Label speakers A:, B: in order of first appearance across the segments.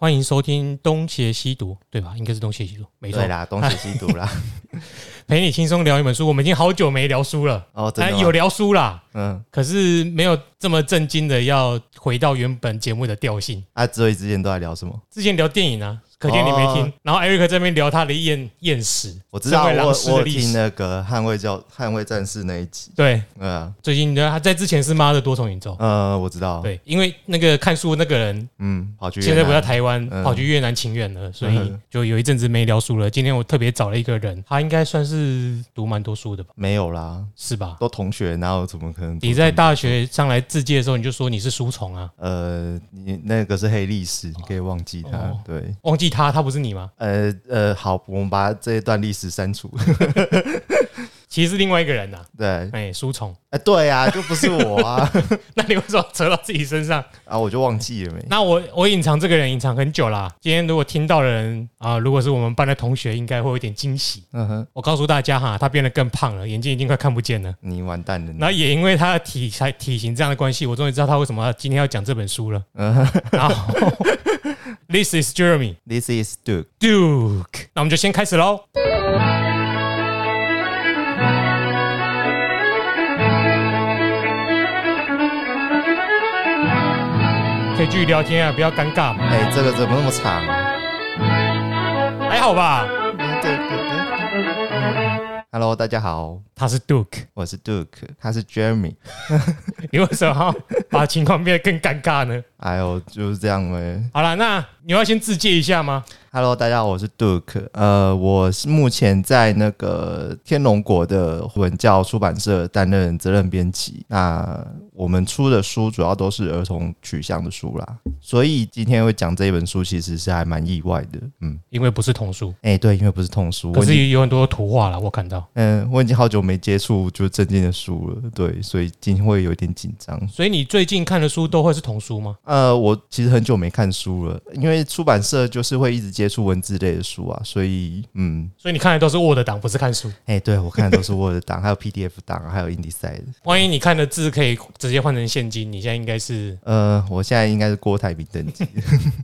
A: 欢迎收听东邪西毒，对吧？应该是东邪西毒，没错
B: 对。啦，东邪西毒 啦。
A: 陪你轻松聊一本书，我们已经好久没聊书了，哎
B: 哦，真的吗
A: 有聊书啦，
B: 嗯
A: 可是没有这么震惊的要回到原本节目的调性。
B: 啊，所以之前都在聊什么？
A: 之前聊电影啊，可见你没听。
B: 哦
A: 然后 Eric 这边聊他的厌厌食，
B: 我知道，
A: 身为
B: 我
A: 狼师
B: 我
A: 的
B: 有
A: 历
B: 听
A: 史。
B: 那个捍卫教捍卫战士那一集，
A: 对，
B: 嗯
A: 最近呢，他在之前是妈的多重宇宙。
B: 呃，我知道，
A: 哦对，因为那个看书那个人
B: 嗯，跑去
A: 现在
B: 越
A: 不在
B: 南
A: 台湾，
B: 嗯
A: 跑去越南情缘了，所以
B: 嗯
A: 就有一阵子没聊书了。今天我特别找了一个人，他应该算是读蛮多书的吧？
B: 没有啦，
A: 是吧？
B: 都同学，哪有怎么可能？
A: 你在大学上来自介的时候，你就说你是书虫啊，
B: 呃，你那个是黑历史，你可以忘记它
A: 哦。
B: 对，
A: 忘记他，他不是你吗？
B: 呃呃，好，我们把这一段历史删除。
A: 其实是另外一个人呐、啊，
B: 对，
A: 哎、书虫。
B: 哎，对啊，就不是我啊，
A: 那你为什么扯到自己身上？
B: 啊，我就忘记了没。
A: 那我我隐藏这个人隐藏很久啦。今天如果听到的人啊、如果是我们班的同学，应该会有点惊喜。
B: 嗯哼，嗯
A: 我告诉大家哈，他变得更胖了，眼睛已经快看不见了。
B: 你完蛋了你。
A: 然后也因为他的体材体型这样的关系，我终于知道他为什么要今天要讲这本书了。
B: 嗯哼
A: 然后，This is Jeremy
B: ，This is Duke。
A: Duke。那我们就先开始喽。可以继续聊天啊，不要尴尬嘛。
B: 哎，这个怎么那么长？
A: 还好吧？
B: Hello，大家好，
A: 他是 Duke，
B: 我是 Duke，他是 Jeremy。
A: 你为什么要把情况变得更尴尬呢？
B: 哎呦，就是这样呗。
A: 好了，那你要先自介一下吗？
B: Hello，大家好，我是 Duke。呃，我是目前在那个天龙国的文教出版社担任责任编辑。那我们出的书主要都是儿童取向的书啦，所以今天会讲这一本书，其实是还蛮意外的。嗯，
A: 因为不是童书，
B: 哎、对，因为不是童书，
A: 可
B: 我已
A: 是
B: 经
A: 也有很多图画了，我看到。
B: 嗯，我已经好久没接触就正经的书了，对，所以今天会有一点紧张。
A: 所以你最近看的书都会是童书吗？
B: 呃，我其实很久没看书了，因为出版社就是会一直接触文字类的书啊，所以嗯，
A: 所以你看的都是 Word 档，不是看书。
B: 哎、对我看的都是 Word 档，还有 PDF 档，啊还有 InDesign。
A: 万一你看的字可以直接换成现金，你现在应该是
B: 呃，我现在应该是郭台铭等 级，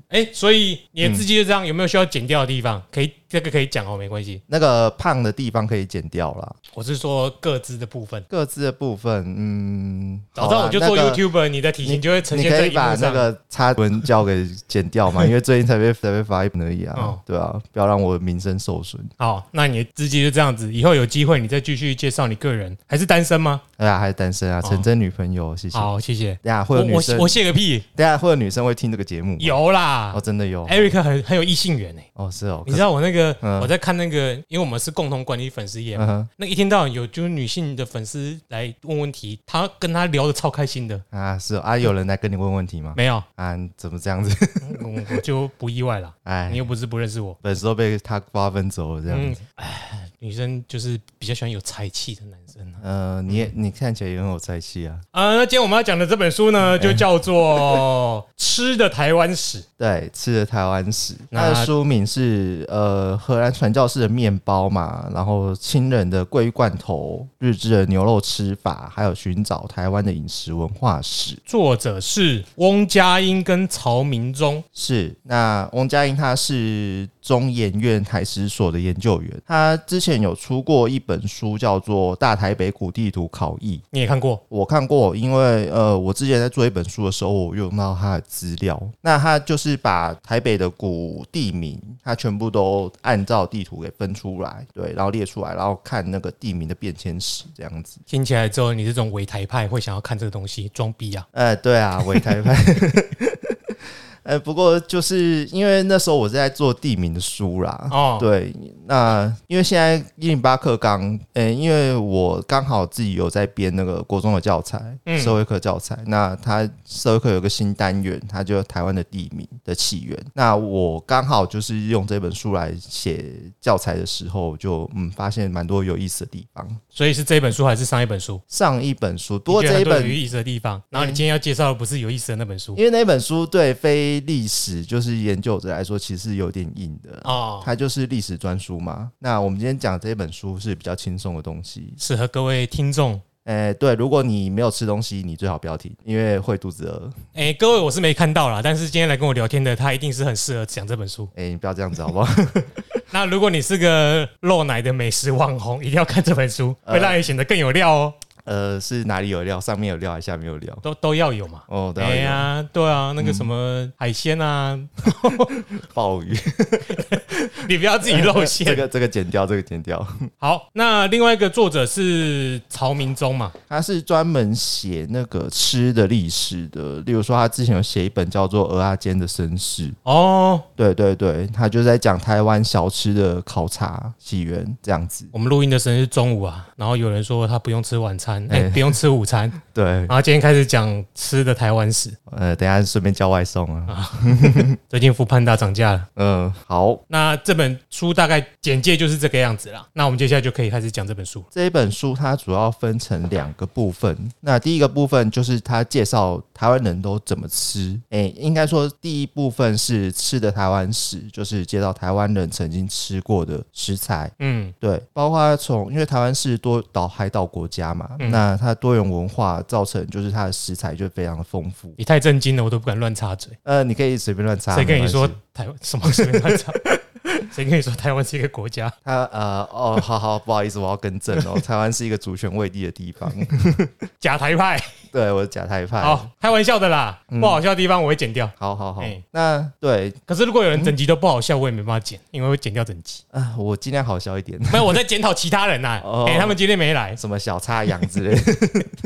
A: 哎、所以你
B: 嗯
A: 的字迹就这样，有没有需要剪掉的地方？可以，这个可以讲哦，没关系。
B: 那个胖的地方可以剪掉啦。
A: 我是说各自的部分。
B: 各自的部分，嗯，
A: 早知道我就做
B: 好啦那个
A: YouTuber，你的体型就会呈
B: 你
A: 现
B: 可
A: 在
B: 以
A: 荧
B: 把
A: 幕
B: 那
A: 上。
B: 个插文交给剪掉嘛，因为最近才被才被发一本而已啊，
A: 哦
B: 对啊，不要让我名声受损。
A: 好，那你的字迹就这样子，以后有机会你再继续介绍你个人，还是单身吗？
B: 哎呀，还是单身啊，
A: 哦
B: 成真女朋友，谢谢。
A: 好，谢谢。
B: 等一下会
A: 我
B: 有女
A: 我
B: 生
A: 我，谢个屁，
B: 等一下会有女生会听这个节目吗，
A: 有啦
B: 哦，。真的有
A: Eric 很很有异性缘诶，
B: 哦，是哦，
A: 你知道我那个
B: 嗯
A: 我在看那个，因为我们是共同管理粉丝页
B: 可
A: 嘛，
B: 嗯哼
A: 那一天到晚有就是女性的粉丝来问问题，他跟他聊的超开心的，
B: 啊，是哦啊，有人来跟你问问题吗？
A: 没有，
B: 啊，你怎么这样子？
A: 嗯我就不意外了。你
B: 哎，
A: 又不是不认识我，
B: 本时候被他瓜分走了这样
A: 嗯
B: 子。，
A: 唉，女生就是比较喜欢有才气的男生啊。
B: 呃，你也你看起来也很有才气啊。
A: 啊、那今天我们要讲的这本书
B: 嗯
A: 呢，
B: 哎
A: 就叫做《吃的台湾史》。
B: 对，吃的台湾史，
A: 那
B: 它的书名是呃荷兰传教士的面包嘛，然后亲人的桂鱼罐头、日治的牛肉吃法，还有寻找台湾的饮食文化史。
A: 作者是翁佳音跟曹明忠，
B: 是，那翁佳音他是中研院台史所的研究员，他之前有出过一本书叫做《大台北古地图考异》，
A: 你也看过？
B: 我看过，因为呃，我之前在做一本书的时候，我用到他的资料。那他就是把台北的古地名，他全部都按照地图给分出来，对，然后列出来，然后看那个地名的变迁史这样子。
A: 听起来之后，你这种伪台派会想要看这个东西，装逼啊！
B: 呃，对啊，伪台派。 呃，不过就是因为那时候我是在做地名的书啦，
A: 哦，
B: 啊对，那因为现在一零八课纲，呃、因为我刚好自己有在编那个国中的教材，
A: 嗯
B: 社会课教材，那它社会课有个新单元，它就台湾的地名的起源。那我刚好就是用这本书来写教材的时候，就嗯发现蛮多有意思的地方。
A: 所以是这本书还是上一本书？
B: 上一本书，不
A: 多
B: 过这一
A: 有
B: 本。嗯
A: 意思的地方，然后你今天要介绍的不是有意思的那本书
B: 因为那本书对非历史就是研究者来说，其实有点硬的，
A: 哦，
B: 它就是历史专书嘛。那我们今天讲这本书是比较轻松的东西，
A: 适合各位听众
B: 哎、对，如果你没有吃东西，你最好不要听，因为会肚子饿。
A: 哎、各位我是没看到啦，但是今天来跟我聊天的他一定是很适合讲这本书。
B: 哎、你不要这样子好不好？
A: 那如果你是个露奶的美食网红，一定要看这本 书，会让你显得更有料哦，
B: 呃，是哪里有料？上面有料还是下面有料？
A: 都都要有嘛。
B: 哦，对、
A: 哎
B: 啊，
A: 呀，对啊，那个什么海鲜啊，
B: 鲍鱼，
A: 你不要自己露
B: 这
A: 馅。
B: 个这个剪掉，这个剪掉。
A: 好，那另外一个作者是曹明忠嘛，
B: 他是专门写那个吃的历史的，例如说他之前有写一本叫做《鹅阿煎的绅士》，
A: 哦，
B: 对对对，他就在讲台湾小吃的考察起源这样子。
A: 我们录音的时间是中午啊，然后有人说他不用吃晚餐，哎、
B: 哎
A: 不用吃午 餐，
B: 对，
A: 然后今天开始讲吃的台湾史。
B: 呃，等一下顺便叫外送啊。
A: 最近富潘达涨价了，
B: 嗯、好，
A: 那这本书大概简介就是这个样子啦。那我们接下来就可以开始讲这本书。
B: 这一本书它主要分成两个部分。那第一个部分就是它介绍台湾人都怎么吃。诶、应该说第一部分是吃的台湾史，就是介绍台湾人曾经吃过的食材。
A: 嗯，
B: 对，包括从因为台湾是多岛海岛国家嘛，
A: 嗯
B: 那它多元文化造成就是它的食材就非常的丰富。
A: 你太震惊了，我都不敢乱插嘴。
B: 呃，你可以随便乱插。
A: 谁跟你
B: 没关系
A: 说台湾什么 随便乱插？谁跟你说台湾是一个国家？
B: 它呃哦， 好好，不好意思，我要更正 哦，台湾是一个主权未立的地方。
A: 假台派？
B: 对，我是假台派。
A: 好，开玩笑的啦，
B: 嗯
A: 不好笑的地方我会剪掉。
B: 好好好，
A: 哎
B: 那对
A: 可是如果有人整集都不好笑，我也没办法剪，因为会剪掉整集。
B: 啊，我尽量好笑一点，
A: 没有，我在检讨其他人呐、
B: 哦
A: 哎、他们今天没来，
B: 什么小插秧之类的，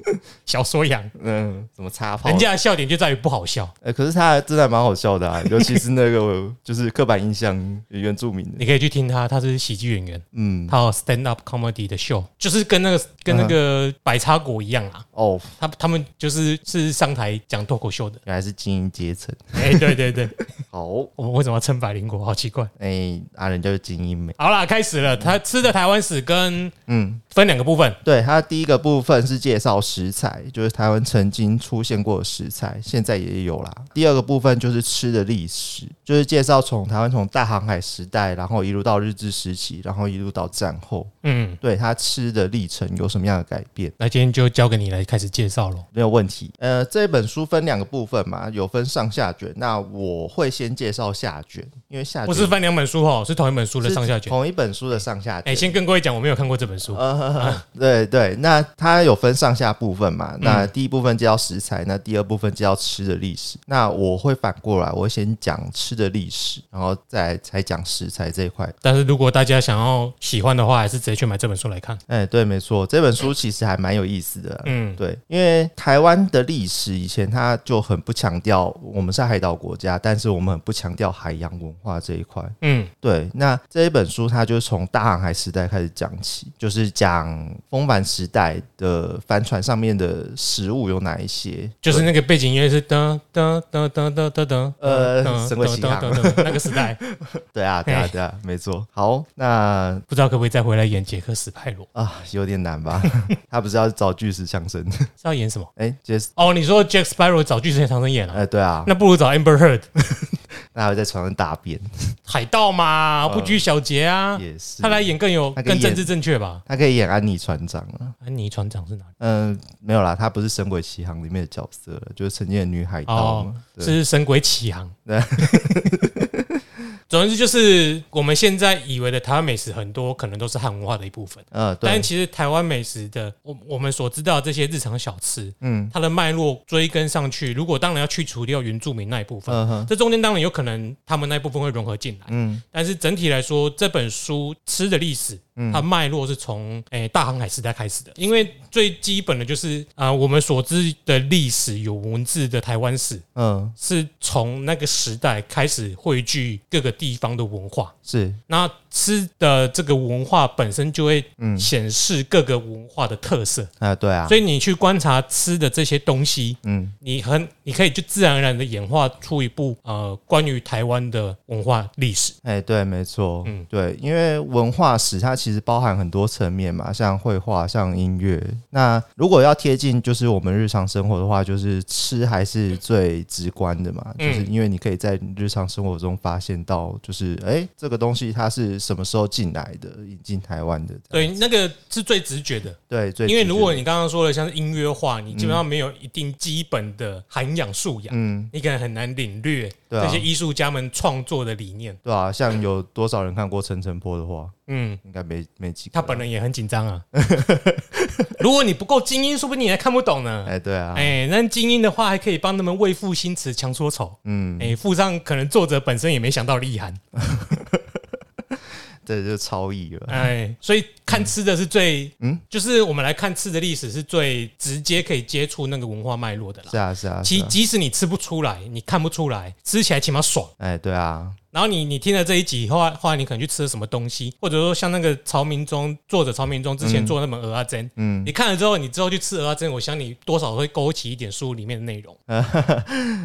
A: 小说羊，
B: 嗯，什么插炮
A: 人，家的笑点就在于不好笑。
B: 呃，可是他真的还蛮好笑的啊， 尤其是那个就是刻板印象原住民的，
A: 你可以去听他，他是喜剧演员，
B: 嗯，
A: 他有 stand up comedy 的秀，就是跟那个跟那
B: 嗯
A: 个百叉果一样啊，
B: 哦，
A: 他他们就是是上台讲脱口秀的。
B: 原来是精英阶层，
A: 哎、对对 对，
B: 好，
A: 我们为什么要称百灵果？好奇怪。
B: 哎，啊，人家是精英美，
A: 好啦，开始了。他吃的台湾史跟
B: 嗯，
A: 分两个部分，
B: 对，他第一个部分是介绍食材，就是台湾曾经出现过的食材，现在也有啦。第二个部分就是吃的历史，就是介绍从台湾从大航海时代，然后一路到日治时期，然后一路到战后，
A: 嗯，
B: 对他吃的历程有什么样的改变。
A: 那今天就交给你来开始介绍喽。
B: 没有问题。呃，这本书分两个部分嘛，有分上下卷。那我会先介绍下卷，因为下卷
A: 不是分两本书哦，是同一本书的
B: 是
A: 上下卷。
B: 同一本书的上下
A: 哎、
B: 卷。
A: 先跟各位讲，我没有看过这本书。
B: 呃， 对对，那它有分上下部分
A: 嗯
B: 嘛？那第一部分叫食材，那第二部分叫吃的历史。那我会反过来，我会先讲吃的历史，然后再才讲食材这一块。
A: 但是如果大家想要喜欢的话，还是直接去买这本书来看。
B: 哎，对，没错，这本书其实还蛮有意思的啊。
A: 嗯，
B: 对，因为台湾的历史以前它就很不强调我们是海岛国家，但是我们很不强调海洋文化这一块。
A: 嗯，
B: 对，那这一本书它就是从大航海时代开始讲起，就是讲风帆时代的帆船上面的食物有哪一些。
A: 就是那个背景音乐是噔噔噔噔噔噔噔，
B: 呃
A: 噔
B: 神鬼奇航
A: 噔那个时代，
B: 对啊，对啊，
A: 嘿
B: 对啊，没错。好，那
A: 不知道可不可以再回来演杰克史派罗？
B: 啊有点难 吧？他不是要找巨石强森？
A: 是要演什么？
B: 哎、杰斯，
A: 哦，你说 Jack Sparrow 找巨石强森演了、
B: 哎、对啊，
A: 那不如找 Amber Heard
B: 那还会在床上大便
A: 海盗嘛，不拘小节啊，
B: 也是。
A: 他来演更有
B: 他可以
A: 更
B: 演
A: 政治正确吧？
B: 他可以演安妮船长啊。
A: 安妮船长是哪里？
B: 嗯，没有啦，她不是《神鬼奇航》里面的角色了，就是曾经的女海盗
A: 哦
B: 嘛。，对
A: 是神鬼启 航
B: 对。
A: 总而言之，就是我们现在以为的台湾美食，很多可能都是汉文化的一部分。
B: 嗯，
A: 但
B: 对，
A: 其实台湾美食的，我我们所知道的这些日常小吃，
B: 嗯
A: 它的脉络追根上去，如果当然要去除掉原住民那一部分，
B: 嗯哼，
A: 这中间当然有可能他们那一部分会融合进来。
B: 嗯
A: 但是整体来说，这本书吃的历史，
B: 嗯
A: 它脉络是从诶、大航海时代开始的，因为最基本的就是啊、我们所知的历史有文字的台湾史，
B: 嗯，
A: 是从那个时代开始汇聚各个地方的文化。
B: 是，
A: 那吃的这个文化本身就会
B: 嗯
A: 显示各个文化的特色，
B: 啊，对啊
A: 所，以你去观察吃的这些东西，
B: 嗯
A: 你很你可以就自然而然的演化出一部呃关于台湾的文化历史。
B: 哎，对，没错，
A: 嗯
B: 对，因为文化史它其其实包含很多层面嘛，像绘画、像音乐。那如果要贴近就是我们日常生活的话，就是吃还是最直观的嘛，
A: 嗯
B: 就是因为你可以在日常生活中发现到，就是哎、诶这个东西它是什么时候进来的，引进台湾的。
A: 对，那个是最直觉的，
B: 对，最
A: 因为如果
B: 直
A: 你刚刚说的像是音乐化，你基本上没有一定基本的涵养素
B: 觉
A: 养，
B: 嗯，
A: 你可能很难领略
B: 对啊
A: 这些艺术家们创作的理念。
B: 对啊，像有多少人看过陈晨波的画，
A: 嗯，
B: 应该没没几个。
A: 他本人也很紧张 啊。如果你不够精英，说不定你还看不懂呢。
B: 哎、对啊，
A: 哎、那精英的话，还可以帮他们为赋新词强说愁。
B: 嗯，
A: 哎、附上可能作者本身也没想到的意涵。
B: 这就超意 了。
A: 哎，所以看吃的是最，
B: 嗯
A: 嗯，就是我们来看吃的历史是最直接可以接触那个文化脉络的啦
B: 是。啊，是啊，
A: 其
B: 是啊
A: 即使你吃不出来，你看不出来，吃起来起码爽。
B: 哎、对啊，
A: 然后你你听了这一集后来后来你可能去吃了什么东西，或者说像那个曹明忠作者曹明忠之前做那本鹅阿珍，
B: 嗯，
A: 你看了之后，你之后去吃鹅阿珍，我想你多少会勾起一点书里面的 内容。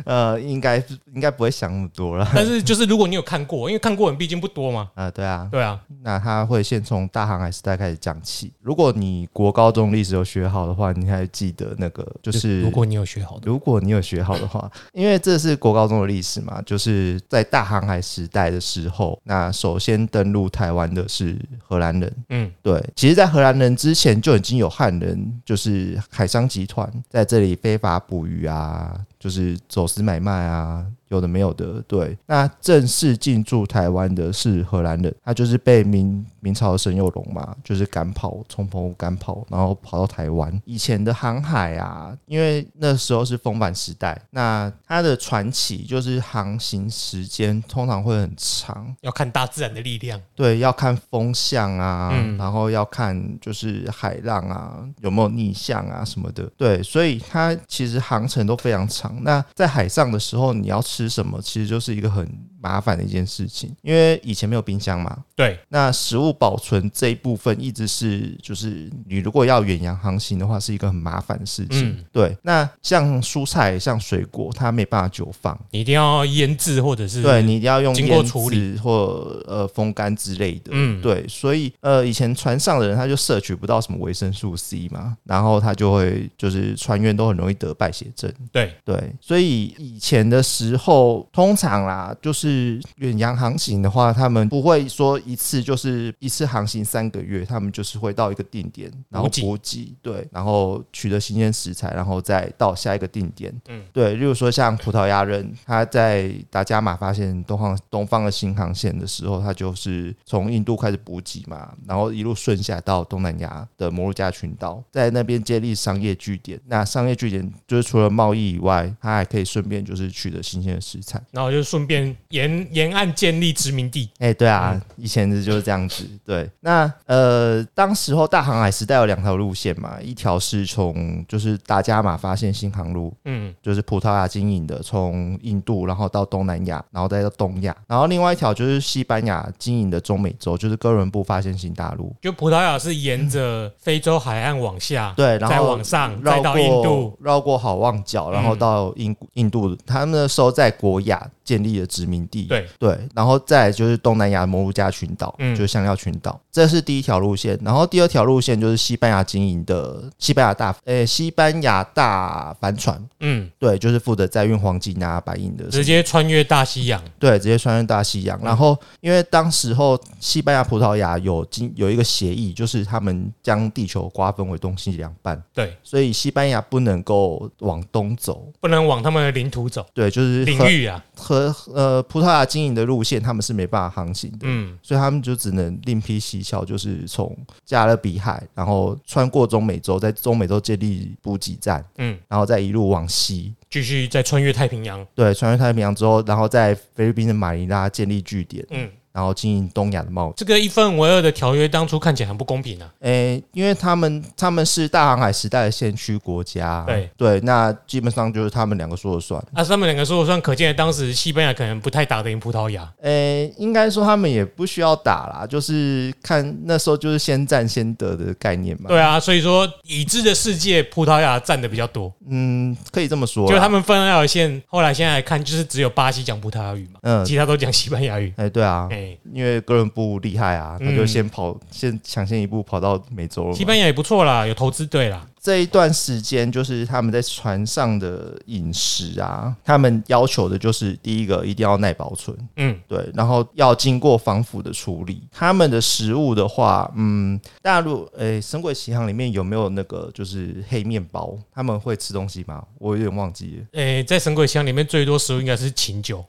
B: 呃，应该是应该不会想那么多了。
A: 但是就是如果你有看过，因为看过人毕竟不多嘛，
B: 啊、对啊，
A: 对啊，
B: 那他会先从大航海时代开始讲起。如果你国高中历史有学好的话，你还记得那个就是
A: 如果你有学好的，
B: 如果你有学好的话， 因为这是国高中的历史嘛，就是在大航海时代的时候，那首先登陆台湾的是荷兰人。
A: 嗯，
B: 对，其实，在荷兰人之前就已经有汉人，就是海商集团在这里非法捕鱼啊，就是走私买卖啊，有的没有的。对，那正式进驻台湾的是荷兰人，他就是被明明朝的沈有龙嘛，就是赶跑，从澎湖赶跑，然后跑到台湾。以前的航海啊，因为那时候是风帆时代，那它的传奇就是航行时间通常会很长，
A: 要看大自然的力量。
B: 对，要看风向啊，
A: 嗯
B: 然后要看就是海浪啊，有没有逆向啊什么的。对，所以它其实航程都非常长。那在海上的时候，你要吃什么，其实就是一个很麻烦的一件事情，因为以前没有冰箱嘛。
A: 对，
B: 那食物保存这一部分一直是，就是你如果要远洋航行的话，是一个很麻烦的事情。
A: 嗯
B: 对，那像蔬菜、像水果，它没办法久放，
A: 你一定要腌制或者是
B: 对你一定要用
A: 经过
B: 腌
A: 处
B: 制或呃风干之类的。
A: 嗯，
B: 对，所以呃，以前船上的人他就摄取不到什么维生素 C 嘛，然后他就会就是船员都很容易得败血症。
A: 对，
B: 对，所以以前的时候，通常啦，就是远洋航行的话，他们不会说一次就是一次航行三个月，他们就是会到一个定点，然后
A: 补给
B: 补给，对，然后取得新鲜食材，然后再到下一个定点。嗯
A: 嗯，
B: 对，例如说像葡萄牙人，他在达伽马发现东方东方的新航线的时候，他就是从印度开始补给嘛，然后一路顺下到东南亚的摩鹿加群岛，在那边建立商业据点。那商业据点就是除了贸易以外，他还可以顺便就是取得新鲜的食材。
A: 然后就顺便沿沿岸建立殖民地。
B: 哎、对啊，以前的就是这样子。对，那呃，当时候大航海时代有两条路线嘛，一条是从就是达伽马发现新航路，
A: 嗯，
B: 就是葡萄牙经营的，从印度然后到东南亚，然后再到东亚，然后另外一条就是西班牙经营的中美洲，就是哥伦布发现新大陆。
A: 就葡萄牙是沿着非洲海岸往下，
B: 对，然
A: 再
B: 后
A: 往上，
B: 绕
A: 再到印
B: 过
A: 度。
B: 绕过好望角，然后
A: 嗯
B: 到印印度，他们那时候在国亚建立了殖民地。
A: 对，
B: 对，然后再来就是东南亚摩鹿加群岛，
A: 嗯
B: 就是香料群岛，这是第一条路线。然后第二条路线就是西班牙经营的西班牙大，诶、西班牙大帆船，
A: 嗯，
B: 对，就是负责载运黄金啊、白银的，
A: 直接穿越大西洋。
B: 对，直接穿越大西洋。
A: 嗯
B: 然后因为当时候西班牙、葡萄牙有经有一个协议，就是他们将地球瓜分为东西两半，
A: 对，
B: 所以西班牙不能够往东走。
A: 不能往他们的领土走，
B: 对，就是
A: 领
B: 和
A: 域啊。
B: 和呃葡萄牙经营的路线，他们是没办法航行的。
A: 嗯，
B: 所以他们就只能另辟蹊跷，就是从加勒比海，然后穿过中美洲，在中美洲建立补给站，
A: 嗯，
B: 然后再一路往西，
A: 继续再穿越太平洋。
B: 对，穿越太平洋之后，然后在菲律宾的马尼拉建立据点，
A: 嗯，
B: 然后经营东亚的贸易。
A: 这个一分为二的条约当初看起来很不公平啊。
B: 诶、因为他们他们是大航海时代的先驱国家，啊
A: 对
B: 那基本上就是他们两个说了算。
A: 那、啊他们两个说了算，可见得当时西班牙可能不太打得赢葡萄牙。
B: 诶、应该说他们也不需要打啦，就是看那时候就是先战先得的概念嘛。
A: 对啊，所以说已知的世界，葡萄牙占的比较多。
B: 嗯，可以这么说啦。
A: 就他们分二线，后来现在来看，就是只有巴西讲葡萄牙语嘛，
B: 嗯，
A: 其他都讲西班牙语。
B: 哎、对啊，
A: 哎、哎，
B: 因为哥伦布厉害啊，他
A: 嗯
B: 就先跑，先抢先一步跑到美洲了
A: 西
B: 嘛。
A: 班牙也不错啦，有投资队啦，
B: 这一段时间就是他们在船上的饮食啊，他们要求的就是第一个一定要耐保存，
A: 嗯，
B: 对，然后要经过防腐的处理。他们的食物的话，嗯，大陆诶，神鬼奇航》里面有没有那个就是黑面包？他们会吃东西吗？我有点忘记了。
A: 哎，在神鬼乡里面最多食物应该是琴酒，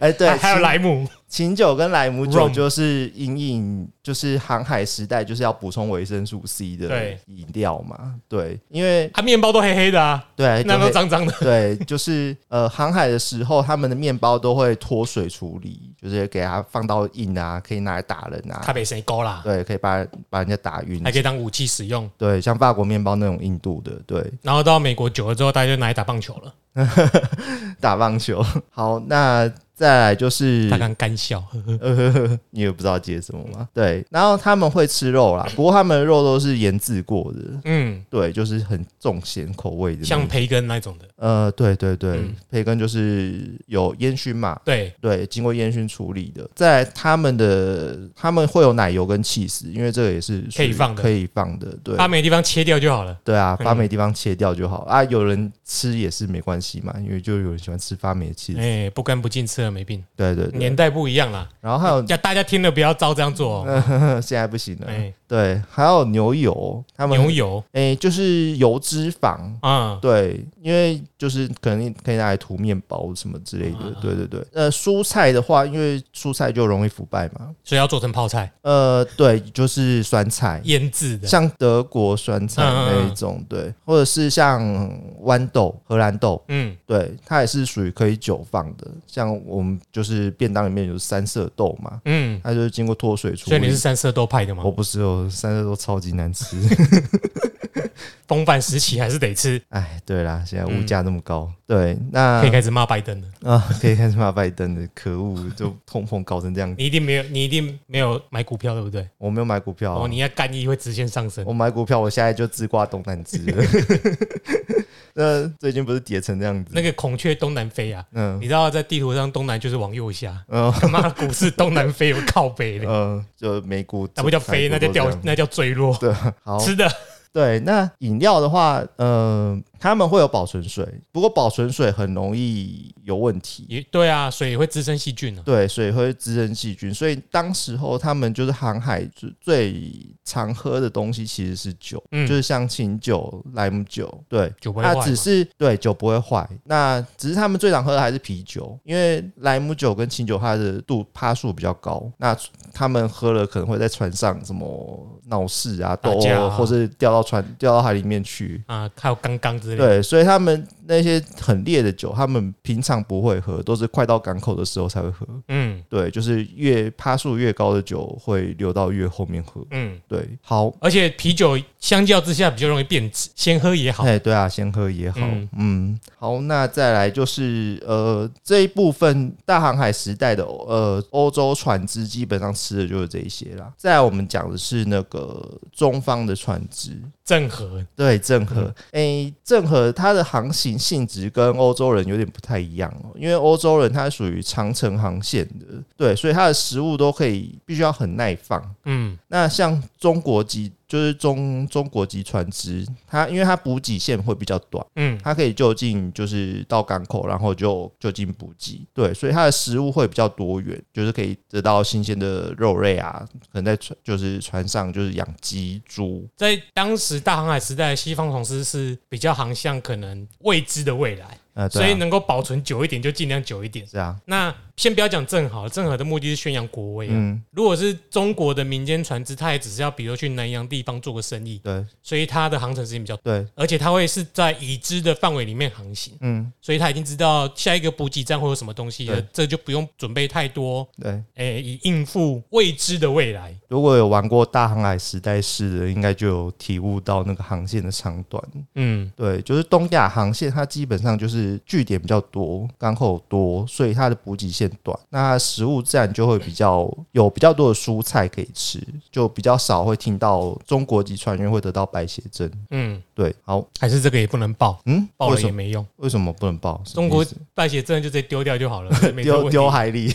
B: 哎、对，
A: 还有
B: 其
A: 莱姆，
B: 琴酒跟莱姆酒
A: Rum
B: 就是隐隐就是航海时代就是要补充维生素 C 的
A: 对
B: 饮料嘛，对，因为
A: 它面包都黑黑的啊，
B: 哎对
A: 那
B: 就
A: 都
B: 会
A: 脏脏的，
B: 对，就是呃，航海的时候，他们的面包都会脱水处理，就是给它放到硬啊，可以拿来打人
A: 它
B: 啊，
A: 被谁勾啦？
B: 对，可以把把人家打晕
A: 还。可以当武器使用。
B: 对，像法国面包那种硬度的，对，
A: 然后到美国久了之后，大家就拿来打棒球了，
B: 打棒球。 好，那再来就是
A: 他刚干笑，
B: 呃， 你也不知道接什么嘛。对，然后他们会吃肉啦，不过他们的肉都是腌制过的，
A: 嗯，
B: 对，就是很重咸口味的那种。
A: 像培根那种的，
B: 呃，对对对，
A: 嗯
B: 培根就是有烟熏嘛，
A: 对，
B: 对，经过烟熏处理的。在他们的他们会有奶油跟气司，因为这个也是属
A: 可
B: 于
A: 以放的
B: 可以放的，对。
A: 它没地方切掉就好了。
B: 对啊，
A: 嗯
B: 发霉的地方切掉就好、啊。有人吃也是没关系嘛，因为就有人喜欢吃发霉的气司。
A: 哎，不干不净吃了没病，
B: 对对对
A: 年。代不一样啦，
B: 然后还有
A: 要大家听了不要照这样做哦。
B: 嗯 现在不行了，
A: 哎，
B: 对，还有牛油，他们
A: 牛油
B: 哎、就是油脂肪。
A: 啊，
B: 对，因为就是可能可以拿来涂面包什么之类的
A: 啊，
B: 对对对。呃，蔬菜的话，因为蔬菜就容易腐败嘛。
A: 所以要做成泡菜，
B: 呃，对，就是酸菜，
A: 腌制的。
B: 像德国酸菜那一
A: 嗯
B: 种，对，或者是像豌豆、荷兰豆，
A: 嗯，
B: 对，它也是属于可以久放的。像我们就是便当里面有三色豆嘛，
A: 嗯，
B: 它就是经过脱水处
A: 所以你
B: 理
A: 是。三色豆派的吗
B: 我？不是哦，三色豆超级 难吃。
A: 风范时期还是得吃，
B: 哎，对啦，现在物价那么高，对，那
A: 可以开始骂拜登了。
B: 啊，可以开始骂拜登的，可恶，就通膨搞成这样。
A: 你一定没有，你一定没有买股票，对不对？
B: 我没有买股票、啊
A: 哦，你要干一会直线上升
B: 我。买股票，我现在就自挂东南枝 了。那最近不是跌成这样子？
A: 那个孔雀东南飞啊，
B: 嗯
A: 你知道在地图上东南就是往右 下，
B: 嗯
A: 他妈的股市东南飞有靠北的，
B: 呃，就美股，
A: 那不叫飞，那
B: 台
A: 叫掉
B: 股都这，样
A: 那叫坠落。
B: 对，好，
A: 吃的
B: 对。那饮料的话，呃，他们会有保存水，不过保存水很容易有问题。
A: 也对啊，水也会滋生细菌啊。
B: 对，水会滋生细菌，所以当时候他们就是航海最最常喝的东西其实是酒，
A: 嗯
B: 就是像清酒、莱姆酒，对，
A: 酒不会坏
B: 那
A: 嘛
B: 只是对酒不会坏，那只是他们最常喝的还是啤酒，因为莱姆酒跟清酒它的度趴数比较高，那他们喝了可能会在船上什么闹事啊、斗
A: 打
B: 殴
A: 架
B: 啊，
A: 啊
B: 或是掉到船掉到海里面去。
A: 啊，还有刚刚之类的。
B: 对，所以他们那些很烈的酒，他们平常不会喝，都是快到港口的时候才会喝。
A: 嗯
B: 对，就是越趴数越高的酒会留到越后面喝。
A: 嗯，
B: 对，好，
A: 而且啤酒相较之下比较容易变质，先喝也好。
B: 哎，对啊，先喝也好，嗯
A: 嗯
B: 好，那再来就是呃这一部分大航海时代的呃欧洲船只基本上吃的就是这一些啦。再来我们讲的是那个中方的船只，
A: 郑和
B: 对郑和，
A: 嗯
B: 诶、郑和它的航行性质跟欧洲人有点不太一样哦，因为欧洲人它属于长城航线的，对，所以它的食物都可以必须要很耐放。
A: 嗯，
B: 那像中国籍就是中中国籍船只，它因为它补给线会比较短，
A: 嗯，
B: 它可以就近就是到港口，然后就就近补给，对，所以它的食物会比较多元，就是可以得到新鲜的肉类啊，可能在船就是船上就是养鸡、猪，
A: 在当时大航海时代，西方船只是比较航向可能未知的未来，
B: 呃，对
A: 所
B: 啊
A: 以能够保存久一点就尽量久一点。
B: 是啊，
A: 那先不要讲郑和，郑和的目的是宣扬国威啊。
B: 嗯，
A: 如果是中国的民间船只，它也只是要比如去南洋地方做个生意，
B: 对
A: 所以它的航程时间比较短，
B: 对，
A: 而且它会是在已知的范围里面航行，
B: 嗯
A: 所以它已经知道下一个补给站会有什么东西了
B: 对，
A: 这就不用准备太多，
B: 对。
A: 诶、以应付未知的未来。
B: 如果有玩过大航海时代式的，应该就有体悟到那个航线的长短。
A: 嗯，
B: 对，就是东亚航线，它基本上就是据点比较多，港口多，所以它的补给线间段，那食物自然就会比较有比较多的蔬菜可以吃，就比较少会听到中国籍船员会得到白血症。
A: 嗯，
B: 对，好，
A: 还是这个也不能报，
B: 嗯，
A: 报
B: 为
A: 了
B: 什
A: 也
B: 么
A: 没用。
B: 为什么不能报？什么
A: 中国
B: 意思
A: 败血症就直接丢掉就 好了，没这个问题嗯
B: 丢丢海 里，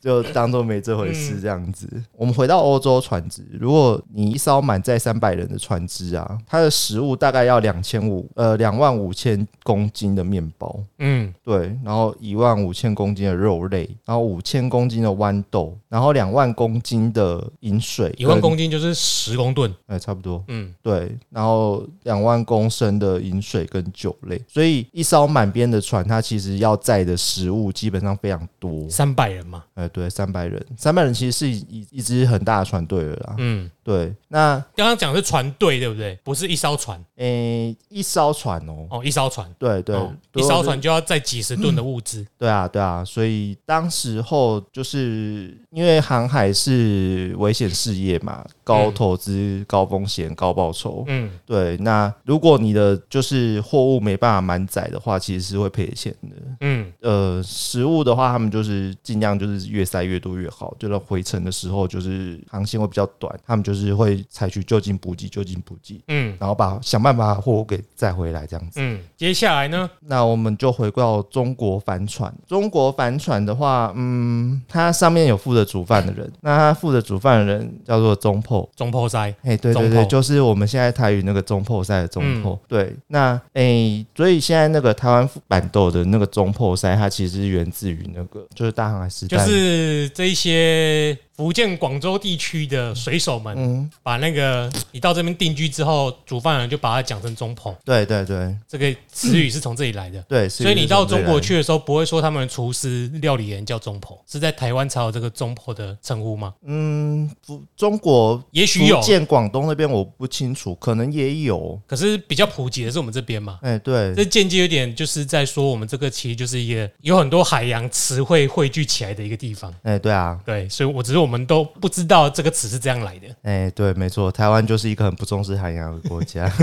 B: 就当做没这回事这样子。我们回到欧洲船只，如果你一艘满载三百人的船只啊，它的食物大概要两千五呃两万五千公斤的面包，
A: 嗯，
B: 对，然后一万五千公斤的肉类，然后五千公斤的豌豆，然后两万公斤的饮水，
A: 一万
B: 跟
A: 公斤就是十公吨。
B: 哎、差不多。
A: 嗯，
B: 对，然后两万公升的饮水跟酒类，所以一艘满编的船，它其实要载的食物基本上非常多。
A: 三百人嘛。
B: 哎，对，三百人，三百人其实是一一支很大的船队了啦。
A: 嗯，
B: 对，那
A: 刚刚讲的是船队对不对？不是一艘船
B: 诶、一艘船哦，
A: 哦，一艘船。
B: 对对，
A: 哦一
B: 对
A: 艘船就要载几十吨的物资。
B: 对啊，对啊，所以当时候就是因为航海是危险事业嘛，高投资、高风险、高报酬。
A: 嗯，
B: 对，那如果你的就是货物没办法满载的话，其实是会赔钱的。
A: 嗯，
B: 呃，食物的话，他们就是尽量就是越塞越多越好，就是回程的时候就是航线会比较短，他们就是会采取就近补给、就近补给，
A: 嗯
B: 然后把想办法把货物给载回来这样子。
A: 嗯，接下来呢？
B: 那我们就回到中国帆船。中国帆船的话，嗯，它上面有负责煮饭的人，那它负责煮饭的人叫做中炮。
A: 中破嗯塞，
B: 哎，对对
A: 中
B: 对，
A: 炮
B: 就是我们现在台语那个中破赛的中破。对，那哎，所以现在那个台湾板豆的那个中破赛，它其实是源自于那个就是大航海时代，
A: 就是这一些福建、广州地区的水手们，
B: 嗯，
A: 把那个你到这边定居之后，煮饭人就把它讲成中棚，
B: 对对对
A: 这个词语是从这里来的。
B: 对，
A: 所以你到中国
B: 去。
A: 去的时候，不会说他们的厨师、料理人叫中婆，是在台湾才有这个中婆的称呼吗？
B: 嗯，福中国
A: 也许有
B: 福，建、广东那边我不清楚，可能也有。
A: 可是比较普及的是我们这边嘛。
B: 哎，对，
A: 这间接有点就是在说，我们这个其实就是一个有很多海洋词汇汇聚起来的一个地方。
B: 哎，对啊，
A: 对，所以我只是我们都不知道这个词是这样来的。
B: 哎、对，没错，台湾就是一个很不重视海洋的国家。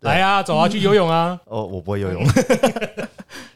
B: 对
A: 来啊，走啊，去游泳 啊！
B: 哦，我不会游泳，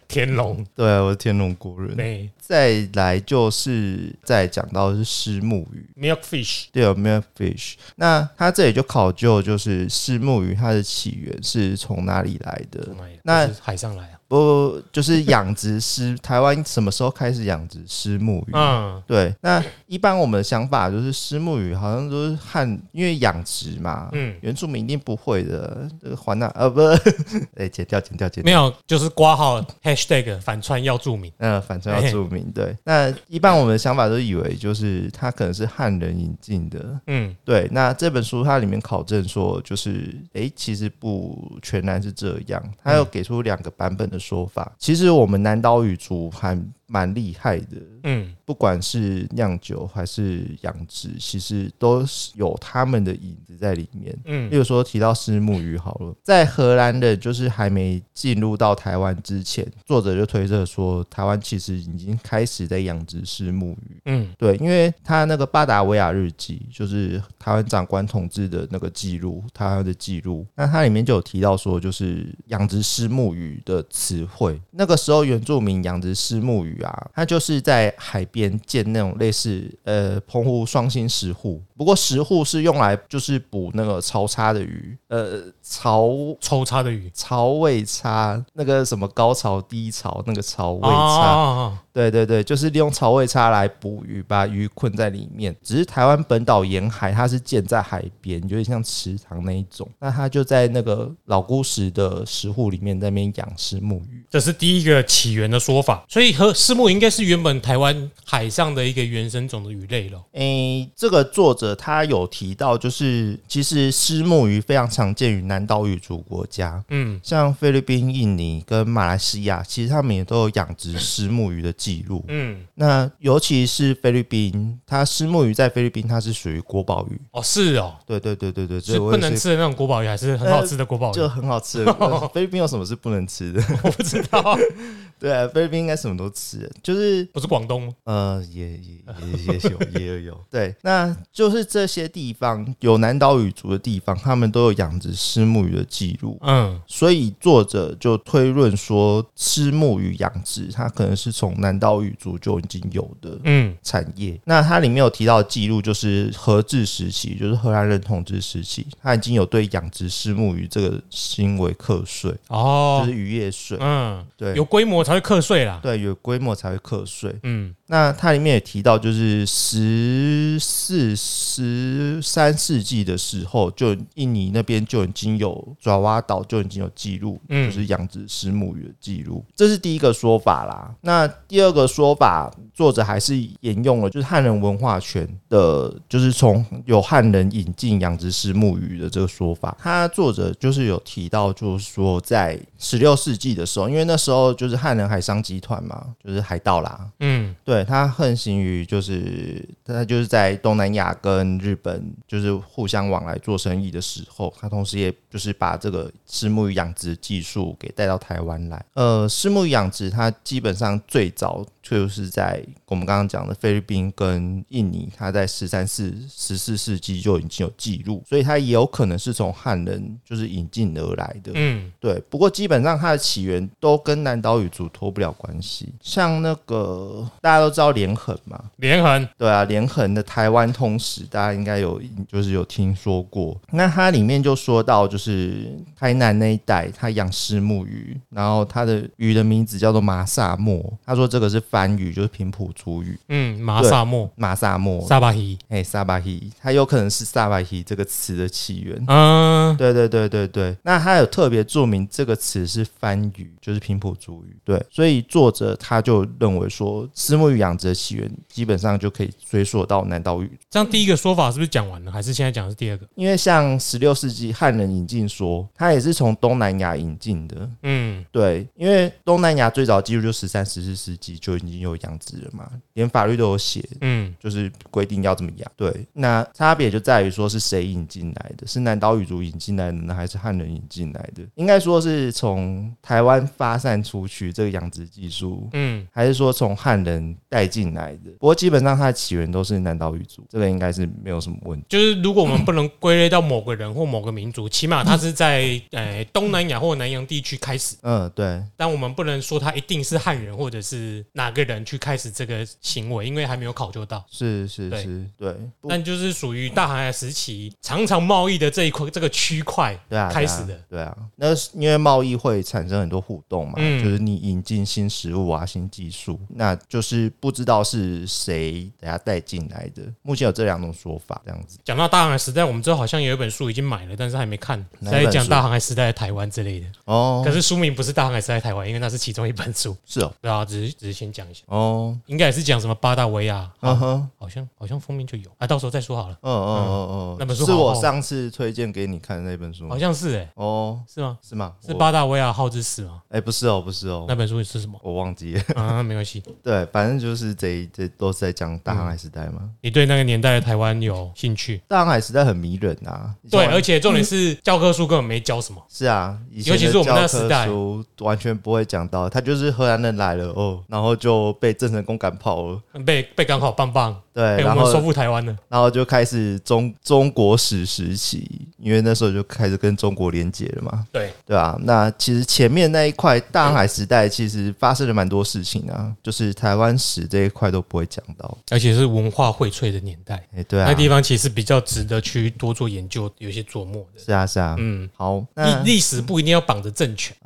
A: 天龙，
B: 对啊，我是天龙国人。
A: 对
B: 再来就是再讲到的是虱目鱼，
A: ，milk fish，
B: 对有 m i l fish。那它这里就考究就是虱目鱼它的起源是从哪里来的
A: 从？哪里来
B: 那
A: 就是海上来啊。
B: 不，就是养殖虱，台湾什么时候开始养殖虱目鱼？啊
A: 嗯
B: 对，那一般我们的想法就是虱目鱼好像都是汉，因为养殖嘛，
A: 嗯，
B: 原住民一定不会的，这个环那呃不， 哎、剪掉剪掉剪
A: 没
B: 掉，
A: 有，就是挂号 hashtag 反串要注明。
B: 呃，反正要注明对。那一般我们的想法都以为就是它可能是汉人引进的，
A: 嗯
B: 对。那这本书它里面考证说，就是哎、诶其实不全然是这样，它有给出两个版本的说法。其实我们南岛语族还蛮厉害的，
A: 嗯
B: 不管是酿酒还是养殖，其实都是有他们的影子在里面。
A: 嗯
B: 例如说提到虱目鱼好了，在荷兰的就是还没进入到台湾之前，作者就推测说，台湾其实已经开始在养殖虱目鱼。
A: 嗯
B: 对，因为他那个巴达维亚日记，就是台湾长官统治的那个记录，台湾的记录，那它里面就有提到说，就是养殖虱目鱼的词汇。那个时候原住民养殖虱目鱼啊，它就是在海边建那种类似呃澎湖双星石户，不过石户是用来就是捕那个潮叉的鱼，呃潮。
A: 抽插的鱼。
B: 潮位差，那个什么高潮低潮，那个潮位
A: 哦
B: 差，
A: 哦
B: 对对对，就是利用潮位差来捕鱼，把鱼困在里面。只是台湾本岛沿海，它是建在海边，有点像池塘那一种。那它就在那个老姑石的石户里面，在那边养石目鱼。
A: 这是第一个起源的说法，所以和虱目鱼应该是原本台湾海上的一个原生种的鱼类了。
B: 诶、这个作者他有提到，就是其实石目鱼非常常见于南岛语族国家，
A: 嗯
B: 像菲律宾、印尼跟马来西亚，其实他们也都有养殖石目鱼的记录。
A: 嗯，
B: 那尤其是菲律宾，它石目鱼在菲律宾它是属于国宝鱼。
A: 哦是哦，
B: 对对对对对，这
A: 是
B: 我
A: 不
B: 也
A: 能
B: 是
A: 吃的那种国宝鱼，还是很好吃的国宝鱼？
B: 就很好吃 的。呃菲律宾有什么是不能吃的？
A: 我不知道，
B: 对啊，菲律宾应该什么都吃，就是
A: 我是广东吗
B: 呃，也也也也有也有有。对，那就是这些地方有南岛语族的地方，他们都有养殖虱目鱼的记录。
A: 嗯
B: 所以作者就推论说，虱目鱼养殖它可能是从南南岛语族就已经有的
A: 嗯
B: 产业。那它里面有提到记录，就是荷治时期，就是荷兰人统治时期，它已经有对养殖虱目鱼这个行为课税，就
A: 哦
B: 是渔业税。
A: 嗯，
B: 对，
A: 有规模才会课税啦。
B: 对有规模才会课税。
A: 嗯
B: 那它里面也提到，就是十四、十三世纪的时候，就印尼那边就已经有爪哇岛就已经有记录，
A: 嗯
B: 就是养殖石母鱼的记录，这是第一个说法啦。那第二个说法，作者还是沿用了就是汉人文化圈的，就是从有汉人引进养殖石母鱼的这个说法。他作者就是有提到，就是说在十六世纪的时候，因为那时候就是汉人海商集团嘛，就是海盗啦，
A: 嗯
B: 对它横行于就是它就是在东南亚跟日本就是互相往来做生意的时候，它同时也就是把这个石目鱼养殖技术给带到台湾来。呃，石目鱼养殖它基本上最早就是在我们刚刚讲的菲律宾跟印尼，它在十三世、十四世纪就已经有记录，所以它也有可能是从汉人就是引进而来的。
A: 嗯
B: 对，不过基本上它的起源都跟南岛语族脱不了关系。像那个大家都知道连横嘛，
A: 连横
B: 对啊，连横的台湾通史大家应该有就是有听说过。那它里面就说到，就是台南那一带，它养虱目鱼，然后它的鱼的名字叫做马萨莫，他说这个是番鱼，就是平埔族语
A: 嗯马萨莫
B: 马萨莫。
A: 萨巴希
B: 哎，萨巴希，它有可能是萨巴希这个词的起源。
A: 嗯
B: 对对对对对，那他有特别注明这个词是番语，就是平埔族语。对，所以作者他就认为说，石目鱼养殖的起源基本上就可以追溯到南岛语，
A: 这样第一个说法是不是讲完了？还是现在讲的是第二个？
B: 因为像十六世纪汉人引进说，他也是从东南亚引进的。
A: 嗯
B: 对，因为东南亚最早记录就十三、十四世纪就已经有养殖了嘛，连法律都有写，
A: 嗯
B: 就是规定要怎么养。对，那差别就在于说是谁引进来的，是南岛语族引进来的呢，还是汉人引进来的？应该说是从台湾发散出去这个养殖技术。
A: 嗯
B: 还是说从汉人带进来的，不过基本上它的起源都是南岛语族，这个应该是没有什么问题。
A: 就是如果我们不能归类到某个人或某个民族，起码它是在呃东南亚或南洋地区开始，
B: 嗯，对，
A: 但我们不能说它一定是汉人或者是哪个人去开始这个行为，因为还没有考究到。
B: 是是
A: 对
B: 是，对，不
A: 但就是属于大航海时期常常贸易的这一块这个区块
B: 对啊，
A: 开始的。
B: 对啊，对啊那是因为贸易会产生很多互动嘛，
A: 嗯
B: 就是你引进新食物啊、新技术，那就是不知道是谁等下带进来的。目前有这两种说法，这样子。
A: 讲到大航海时代，我们之后好像有一本书已经买了，但是还没看，
B: 哪
A: 在
B: 一本书
A: 讲大航海时代的台湾之类的。
B: 哦
A: 可，是书名不是《大航海时代的台湾》，因为那是其中一本书。
B: 是哦，
A: 对啊，只是只是先讲一下，
B: 哦，
A: 应该也是讲什么巴达维亚，
B: 嗯哼，
A: 好像好像封面就有啊，到时候再说好了。
B: 嗯嗯嗯嗯，
A: 那本书
B: 是
A: 好
B: 我
A: 厚
B: 上次推荐给你看的那本书吗
A: 好像是哎、欸，
B: 哦，
A: 是吗？
B: 是吗？
A: 是
B: 我？
A: 巴达维亚号之死吗？
B: 哎，不是哦，不是哦
A: 那，本书是什么？
B: 我忘记了。
A: 啊，没关系。
B: 对，反正就是这一这都是在讲大航
A: 嗯
B: 海时代嘛。
A: 你对那个年代的台湾有兴趣？
B: 大航海时代很迷人啊，你像
A: 对，
B: 我
A: 而且重点是教科书根本没教什么。
B: 是啊，以前
A: 尤其是我们那
B: 的
A: 时
B: 教
A: 代
B: 科书完全不会讲到，他就是荷兰人来了哦，然后就被郑成功赶跑了，
A: 被被刚好棒棒，
B: 对，
A: 被我
B: 然
A: 们收
B: 后
A: 复台湾了。
B: 然后就开始中中国史时期，因为那时候就开始跟中国连结了嘛，
A: 对，
B: 对啊，那其实前面那一块大航海时代其实发生了蛮多事情啊，就是台湾史这一块都不会讲到，
A: 而且是文化荟萃的年代，
B: 哎、对
A: 那
B: 啊，
A: 地方其实比较值得去多做研究，有一些琢磨的。
B: 是啊是啊，
A: 嗯，
B: 好，那
A: 历
B: 啊、
A: 历史不一定要绑着政权，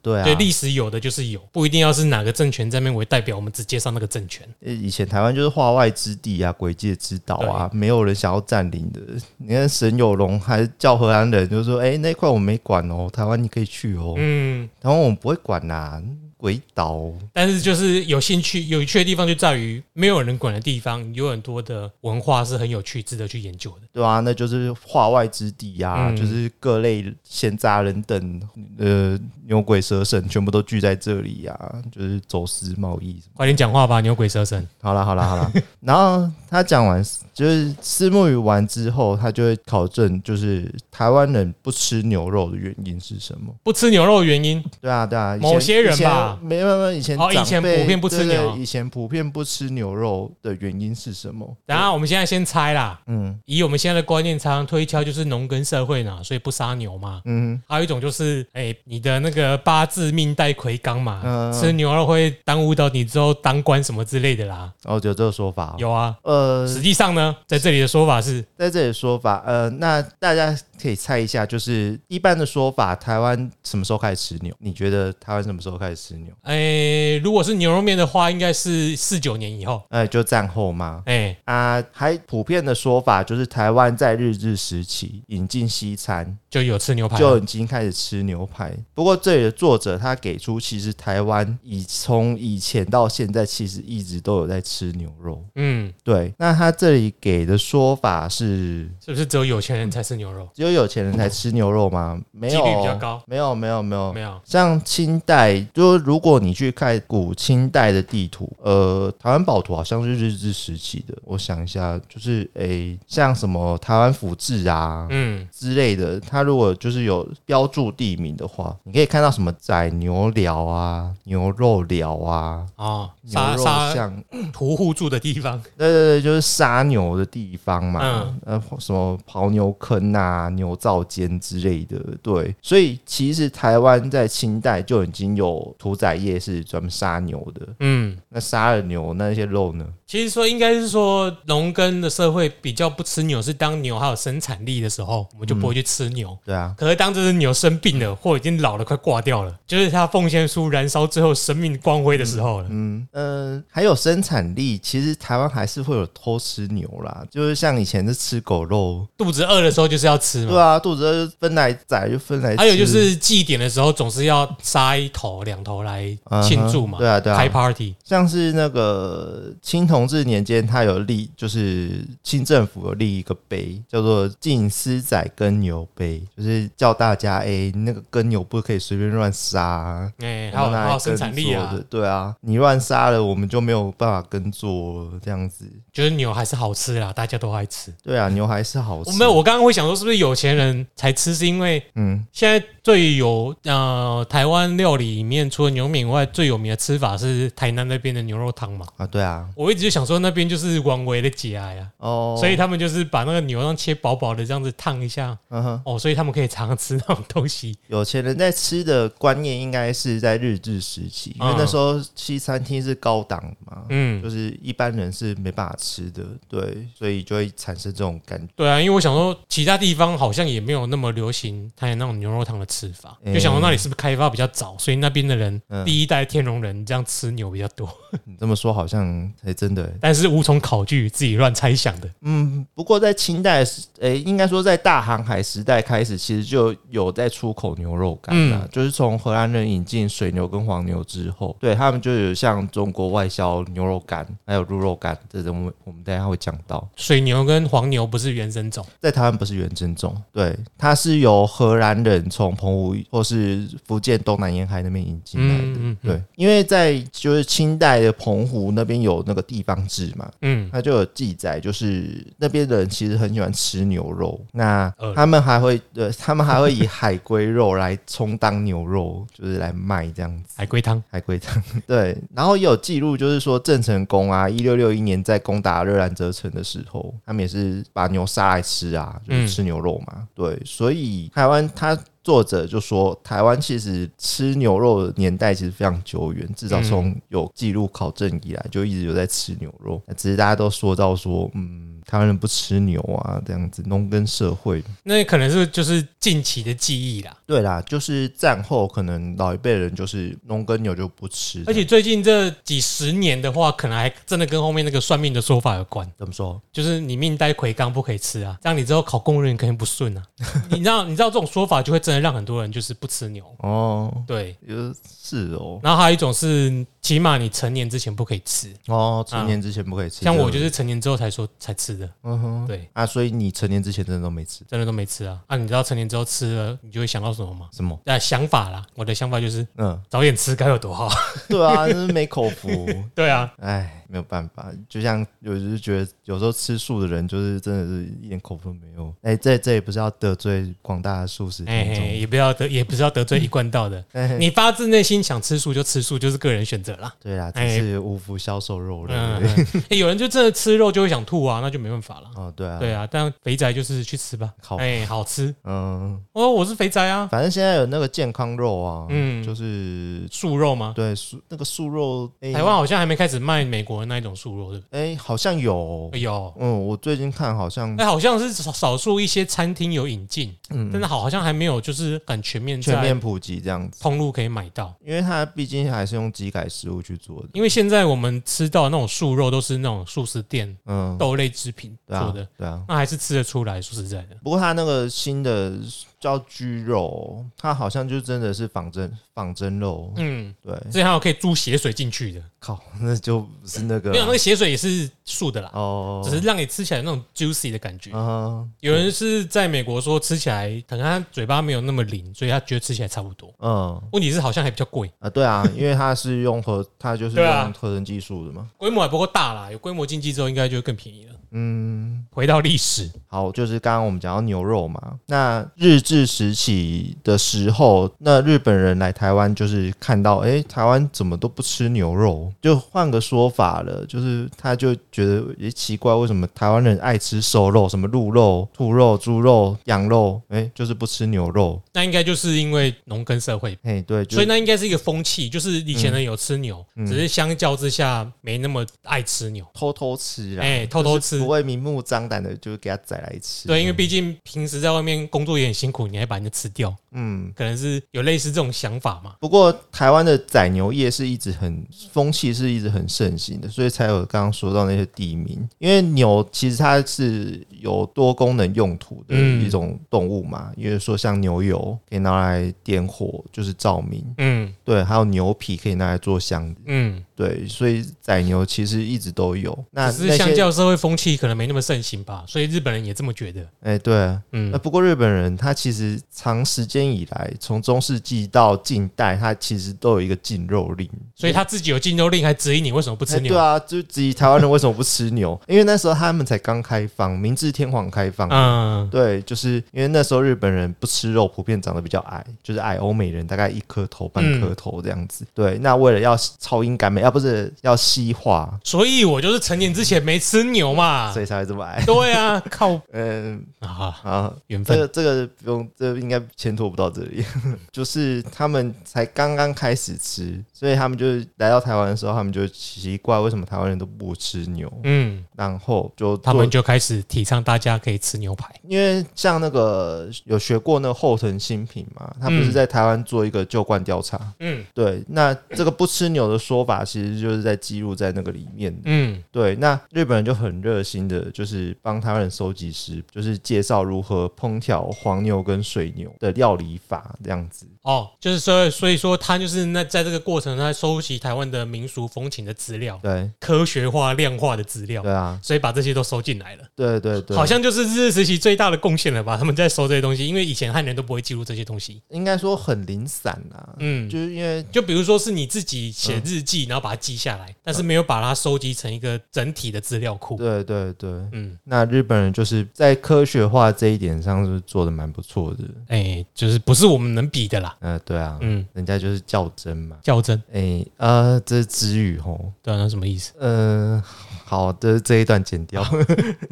B: 对啊，
A: 对，历史有的就是有，不一定要是哪个政权在面为代表，我们只介绍那个政权。
B: 以前台湾就是化外之地啊，鬼界之岛啊，没有人想要占领的。你看沈有龙还叫荷兰人，就说：“哎、那块我没管哦，台湾你可以去哦，
A: 嗯，
B: 台湾我们不会管啦、鬼岛。
A: 但是就是有兴趣、有趣的地方就在于没有人管的地方，有很多的文化是很有趣、值得去研究的。”
B: 对啊，那就是化外之地啊，
A: 嗯
B: 就是各类闲杂人等，呃，牛鬼蛇神全部都聚在这里啊，就是走私贸易什么的
A: 快点讲话吧，牛鬼蛇神。
B: 好啦好啦好啦，然后 他讲完就是私募鱼完之后，他就会考证，就是台湾人不吃牛肉的原因是什么？
A: 不吃牛肉的原因，
B: 对啊，对啊，以前
A: 某些人吧
B: 以前没有没有，以前
A: 哦以前
B: 长辈
A: 普遍不吃
B: 对对
A: 牛
B: 以前普遍不吃牛肉的原因是什么？
A: 然后我们现在先猜啦，
B: 嗯
A: 以我们现在的观念，常常推敲就是农耕社会呢，所以不杀牛嘛。
B: 嗯，
A: 还有一种就是，哎、你的那个八字命带魁罡嘛，
B: 嗯
A: 吃牛肉会耽误到你之后当官什么之类的啦。
B: 哦，有这个说法哦。
A: 有啊，
B: 呃，
A: 实际上呢，在这里的说法是，
B: 在这里说法，呃，那大家可以猜一下，就是一般的说法，台湾什么时候开始吃牛？你觉得台湾什么时候开始吃牛？
A: 哎、如果是牛肉面的话，应该是四九年以后。
B: 呃，就战后吗？
A: 哎、
B: 啊，还普遍的说法就是，台湾在日治时期引进西餐，
A: 就有吃牛排了，
B: 就已经开始吃牛排。不过这里的作者他给出，其实台湾以从以前到现在，其实一直都有在吃牛肉。
A: 嗯，
B: 对，那他这里给的说法是，
A: 是不是只有有钱人才吃牛肉？
B: 只有有钱人才吃牛肉吗？没有，
A: 几率比较高
B: 没有，没有，没有，
A: 没有，
B: 像清代，就如果你去看古清代的地图，呃，台湾宝图好像是日治时期的。我想一下，就是诶、像什么台湾府志啊。
A: 嗯，
B: 之类的，它如果就是有标注地名的话，你可以看到什么宰牛寮啊、牛肉寮啊、
A: 哦，
B: 牛
A: 杀
B: 肉
A: 杀
B: 巷，
A: 屠户住的地 方，
B: 对对对，就是杀牛的地方
A: 嗯
B: 嘛，呃，什么牦牛坑啊、牛灶间之类的，对。所以其实台湾在清代就已经有屠宰业是专门杀牛的。
A: 嗯，
B: 那杀了牛，那些肉呢？
A: 其实说应该是说农耕的社会比较不吃牛，是当牛还有生产力的时候，我们就不会去吃牛。
B: 对啊，
A: 可是当这只牛生病了，或已经老了快挂掉了，就是它奉献出燃烧最后生命光辉的时候了。
B: 嗯呃，还有生产力，其实台湾还是会有偷吃牛啦，就是像以前是吃狗肉，
A: 肚子饿的时候就是要吃
B: 对
A: 嘛。
B: 啊，肚子饿就分来宰就分来吃，
A: 还有就是祭典的时候，总是要杀一头两头来庆祝嘛
B: 嗯哼，对啊对啊
A: 开 party。
B: 像是那个清同治年间，他有立，就是清政府有立一个碑，叫做“禁私宰耕牛碑”，就是叫大家，哎、那个耕牛不可以随便乱杀啊、
A: 哎、
B: 我
A: 还有
B: 们拿来
A: 还有生产力
B: 耕
A: 啊
B: 作的，对啊，你乱杀了，我们就没有办法耕作了这样子。
A: 就是牛还是好吃啦，大家都爱吃。
B: 对啊，牛还是好吃。
A: 我没有，我刚刚会想说，是不是有钱人才吃，是因为
B: 嗯，
A: 现在最有呃台湾料理里面，除了牛面以外，最有名的吃法是台南那边的牛肉汤嘛。
B: 啊，对啊，
A: 我一直就想说，那边就是王维的家呀、
B: 哦，
A: 所以，他们就是把那个牛肉切薄薄的，这样子烫一下
B: 嗯哼，
A: 哦，所以他们可以常常吃那种东 西。
B: 有钱人在吃的观念应该是在日治时期，因为
A: 嗯
B: 那时候西餐厅是高档嘛，
A: 嗯，
B: 就是一般人是没办法吃的，对，所以就会产生这种感觉。
A: 对啊，因为我想说，其他地方好像也没有那么流行台南那种牛肉汤的吃法，
B: 嗯
A: 就想说那里是不是开发比较早，所以那边的人
B: 嗯
A: 第一代天龙人这样吃牛比较多，
B: 你这么说好像才真的欸、
A: 但是无从考据，自己乱猜想的。
B: 嗯，不过在清代时，诶、应该说在大航海时代开始，其实就有在出口牛肉干啦、
A: 嗯
B: 就是从荷兰人引进水牛跟黄牛之后，对他们就有向中国外销牛肉干，还有鹿肉干这种，我们我们等一下会讲到。
A: 水牛跟黄牛不是原生种，
B: 在台湾不是原生种，对，它是由荷兰人从澎湖或是福建东南沿海那边引进来的。
A: 嗯嗯嗯
B: 对，因为在就是清代的澎湖那边有那个地方志嘛，
A: 嗯，
B: 它就有记载，就是那边的人其实很喜欢吃牛肉，那
A: 呃
B: 他们还会对他们还会以海龟肉来充当牛肉，就是来卖这样子。
A: 海龟汤，
B: 海龟汤 对，然后也有记录，就是说郑成功啊，一六六一年在攻打热兰遮城的时候，他们也是把牛杀来吃啊，就是
A: 嗯
B: 吃牛肉嘛。对，所以台湾他作者就说，台湾其实吃牛肉的年代其实非常久远，至少从有记录考证以来就一直有在吃牛肉，那只是大家都说到说，嗯，台湾人不吃牛啊，这样子农耕社会。
A: 那可能是就是近期的记忆啦。
B: 对啦，就是战后可能老一辈人就是农耕牛就不吃，
A: 而且最近这几十年的话，可能还真的跟后面那个算命的说法有关，
B: 怎么说？
A: 就是你命带魁罡不可以吃啊，这样你之后考公务员肯定不顺 啊。你知道，你知道这种说法就会真的让很多人就是不吃牛，
B: 哦，
A: 对。
B: 有是哦，
A: 然后还有一种是，起码你成年之前不可以吃，
B: 哦，成年之前不可以吃，，
A: 啊像我就是是成年之后才说才吃的，
B: 嗯哼，
A: 对，
B: 啊，所以你成年之前真的都没吃
A: 真的都没吃啊。啊，你知道成年之后吃了，你就会想到什么吗？
B: 什么？
A: 啊，想法啦，我的想法就是
B: 嗯，
A: 早点吃该有多好。
B: 对啊，真是没口福，
A: 对啊，
B: 哎，没有办法，就像有时候觉得有时候吃素的人就是真的是一点口福都没有。哎、这这也不是要得罪广大的素食
A: 哎、
B: 听众，
A: 也不要得，也不是要得罪一贯道 的。
B: 哎
A: 你发自内心想吃素就吃素，就是个人选择啦。
B: 对啦，只
A: 哎
B: 是无福消受肉类。
A: 嗯，哎、有人就真的吃肉就会想吐啊，那就没办法了。
B: 哦，对啊，
A: 对啊，但肥宅就是去吃吧
B: 好，
A: 哎、好吃。
B: 嗯，
A: 哦，我是肥宅啊，
B: 反正现在有那个健康肉啊，
A: 嗯
B: 就是
A: 素肉吗？
B: 对素那个素肉，哎
A: 台湾好像还没开始卖美国的那一种素肉，对不
B: 哎好像有
A: 对？，有，
B: 嗯，我最近看好像
A: 哎、好像是少少数一些餐厅有引进，但是好好像还没有就是很全面
B: 嗯全
A: 在
B: 面普及这样子，
A: 通路可以买到。
B: 因为它毕竟还是用机改食物去做的，
A: 因为现在我们吃到的那种素肉都是那种素食店
B: 嗯，
A: 豆类制品
B: 对
A: 做
B: 啊
A: 的，，
B: 对啊。
A: 那还是吃得出来。说实在的，
B: 不过它那个新的叫居肉，它好像就真的是仿真仿真肉，
A: 嗯，
B: 对，
A: 之前还有可以注血水进去的，
B: 靠，那就不是那个
A: 没有那
B: 啊
A: 个血水也是素的啦，
B: 哦，
A: 只是让你吃起来有那种 juicy 的感觉。
B: 啊，
A: 有人是在美国说吃起来，可能他嘴巴没有那么灵，所以他觉得吃起来差不多。
B: 嗯
A: 问题是好像还比较贵，
B: 啊，对啊，因为它是用合，它就是
A: 对啊
B: 用合成技术的嘛，
A: 规模还不够大啦。有规模经济之后，应该就会更便宜了。
B: 嗯，
A: 回到历史，
B: 好，就是刚刚我们讲到牛肉嘛，那日治时期的时候，那日本人来台湾就是看到，诶，台湾怎么都不吃牛肉，就换个说法了，就是他就觉得也奇怪，为什么台湾人爱吃瘦肉，什么鹿肉、兔肉、猪肉、羊肉，诶，就是不吃牛肉，
A: 那应该就是因为农耕社会，
B: 嘿，对，就
A: 所以那应该是一个风气，就是以前人有吃牛，
B: 嗯
A: 只是相较之下没那么爱吃牛。
B: 偷偷吃啦，
A: 哎，偷偷吃
B: 不，会明目张胆的就给他宰来吃，
A: 对，因为毕竟平时在外面工作也很辛苦，你还把人家吃掉，
B: 嗯，
A: 可能是有类似这种想法嘛。
B: 不过，台湾的宰牛业是一直很风气，是一直很盛行的，所以才有刚刚说到那些地名。因为牛其实它是有多功能用途的
A: 嗯
B: 一种动物嘛，因为说像牛油可以拿来点火，就是照明；
A: 嗯
B: 对，还有牛皮可以拿来做箱子，
A: 嗯，
B: 对，所以宰牛其实一直都有。那
A: 只是
B: 那
A: 相
B: 些，
A: 较社会风气可能没那么盛行吧，所以日本人也这么觉得。
B: 哎、对，那
A: 嗯
B: 不过日本人他其实长时间以来，从中世纪到近代，他其实都有一个禁肉令，
A: 所以他自己有禁肉令，还指引你为什么不吃
B: 哎
A: 牛
B: 对。啊，就质疑台湾人为什么不吃牛，因为那时候他们才刚开放，明治天皇开放。
A: 嗯，
B: 对，就是因为那时候日本人不吃肉，普遍长得比较矮，就是矮欧美人，大概一颗头、半
A: 嗯
B: 颗头这样子。对，那为了要超英赶美，啊不是要西化，
A: 所以我就是成年之前没吃牛嘛
B: 所。以才会这么矮。
A: 对 啊，靠
B: 嗯，
A: 啊，
B: 好，
A: 缘
B: 这
A: 分。
B: 个这个不用，这个应该牵拖不到这里。 就是他们才刚刚开始吃，所以他们就是来到台湾的时候，他们就奇怪为什么台湾人都不吃牛，
A: 嗯，
B: 然后就
A: 他
B: 做
A: 们就开始提倡大家可以吃牛排。
B: 因为像那个有学过那个后藤新平嘛，他不是
A: 嗯
B: 在台湾做一个旧冠调查，
A: 嗯
B: 对，那这个不吃牛的说法，其实就是在记录在那个里面的。
A: 嗯
B: 对，那日本人就很热心的，就是帮台湾人收集食，就是介绍如何烹调黄牛跟水牛的料理法这样子。
A: 哦，就是说，所以说他就是那在这个过程，他收集台湾的民俗风情的资料，
B: 对，
A: 科学化、量化的资料
B: 对，啊，
A: 所以把这些都收进来了。
B: 对对对，
A: 好像就是日治时期最大的贡献了吧？他们在收这些东西，因为以前汉人都不会记录这些东西。
B: 应该说很零散啊，
A: 嗯，
B: 就是嗯因为
A: 就比如说是你自己写日记，然后把它记下来，但是没有把它收集成一个整体的资料库。
B: 嗯对对对。
A: 嗯，
B: 那日本人就是在科学化这一点上是做的蛮不错的，
A: 哎、就是不是我们能比的啦。
B: 呃，对啊，
A: 嗯，
B: 人家就是较真嘛。
A: 较真，
B: 哎、呃，这是词语吼，
A: 对啊，那什么意思？
B: 呃，好的，这一段剪掉。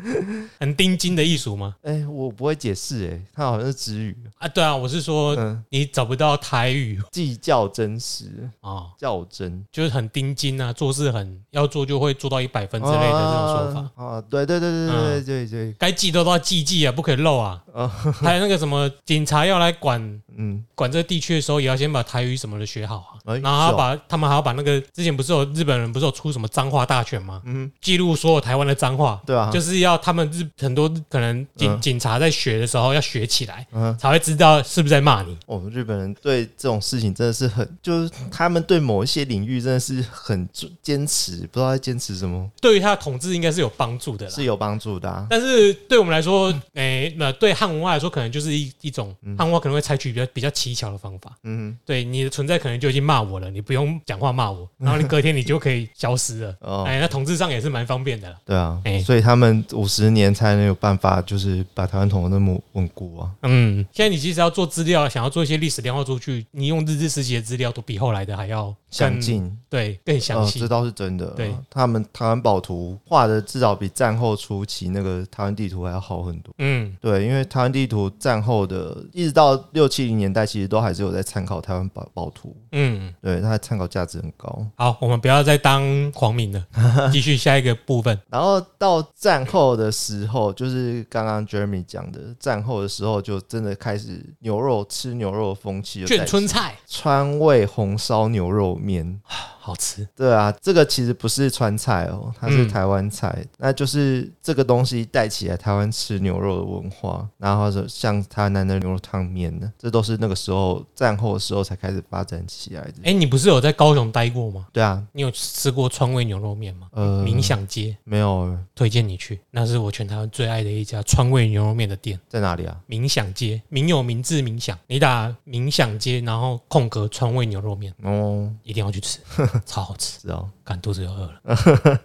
A: 很钉金的艺术吗？
B: 哎、我不会解释，哎，它好像是词语，
A: 啊，对啊，我是说、
B: 嗯、
A: 你找不到台语
B: 计较真实，
A: 啊、哦
B: 较真
A: 就是很钉金啊，做事很要做就会做到一百分之类的这种说法。嗯
B: 啊，啊对对对对对对对，
A: 该记都都要记记啊，不可以漏啊！
B: 哦
A: 还有那个什么警察要来管
B: 嗯，
A: 管这个地区的时候，也要先把台语什么的学好啊。
B: 哎
A: 然后还要
B: 是哦
A: 把他们还要把那个之前不是有日本人不是有出什么脏话大全吗？
B: 嗯
A: 嗯，记录所有台湾的脏话，
B: 对啊，
A: 就是要他们日很多可能警、
B: 嗯
A: 警察在学的时候要学起来，
B: 嗯
A: 才会知道是不是在骂你。
B: 我们日本人对这种事情真的是很，就是他们对某一些领域真的是很坚持，不知道在坚持什么，
A: 对于他的统治应该是有帮助的啦。
B: 是有帮助的、啊。
A: 但是对我们来说，诶、那对汉文化来说，可能就是一一种汉文化可能会采取比较比较蹊跷的方法。
B: 嗯
A: 对你的存在可能就已经骂我了，你不用讲话 骂我，然后你隔天你就可以消失了。
B: 哼，哦，
A: 哎，那统治上也是蛮方便的啦。
B: 对啊，
A: 哎
B: 所以他们五十年才能有办法，就是把台湾统一那么稳固啊。
A: 嗯，现在你其实要做资料，想要做一些历史量化出去，你用日治时期的资料都比后来的还要
B: 详
A: 更，
B: 尽，
A: 对，更详
B: 哦，
A: 细
B: 这。倒是真的。
A: 对，
B: 他们台湾宝图画的至少比战后初期那个台湾地图还要好很多。
A: 嗯，
B: 对，因为台湾地图战后的一直到六七零年代，其实都还是有在参考台湾宝宝图，
A: 嗯，
B: 对，它的参考价值很高。
A: 好，我们不要再当皇民 了，继续下一个部分。
B: 然后到战后的时候，就是刚刚 Jeremy 讲的，战后的时候就真的开始牛肉吃牛肉的风气就
A: 卷
B: 带
A: 春
B: 起
A: 菜
B: 川味红烧牛肉面，
A: 好吃，
B: 对啊，这个其实不是川菜哦，它是
A: 嗯
B: 台湾菜。那就是这个东西带起来台湾吃牛肉的文化，然后是像台南的牛肉汤面呢，这都是那个时候战后的时候才开始发展起来的。
A: 哎、你不是有在高雄待过吗？
B: 对啊，
A: 你有吃过川味牛肉面吗？
B: 呃，
A: 冥想街
B: 没有
A: 推荐你去，那是我全台湾最爱的一家川味牛肉面的店。
B: 在哪里啊？
A: 冥想街，名有名字冥想，你打冥想街，然后空格川味牛肉面，
B: 哦，
A: 一定要 去吃，超好吃。
B: 知道
A: 干肚子又饿了。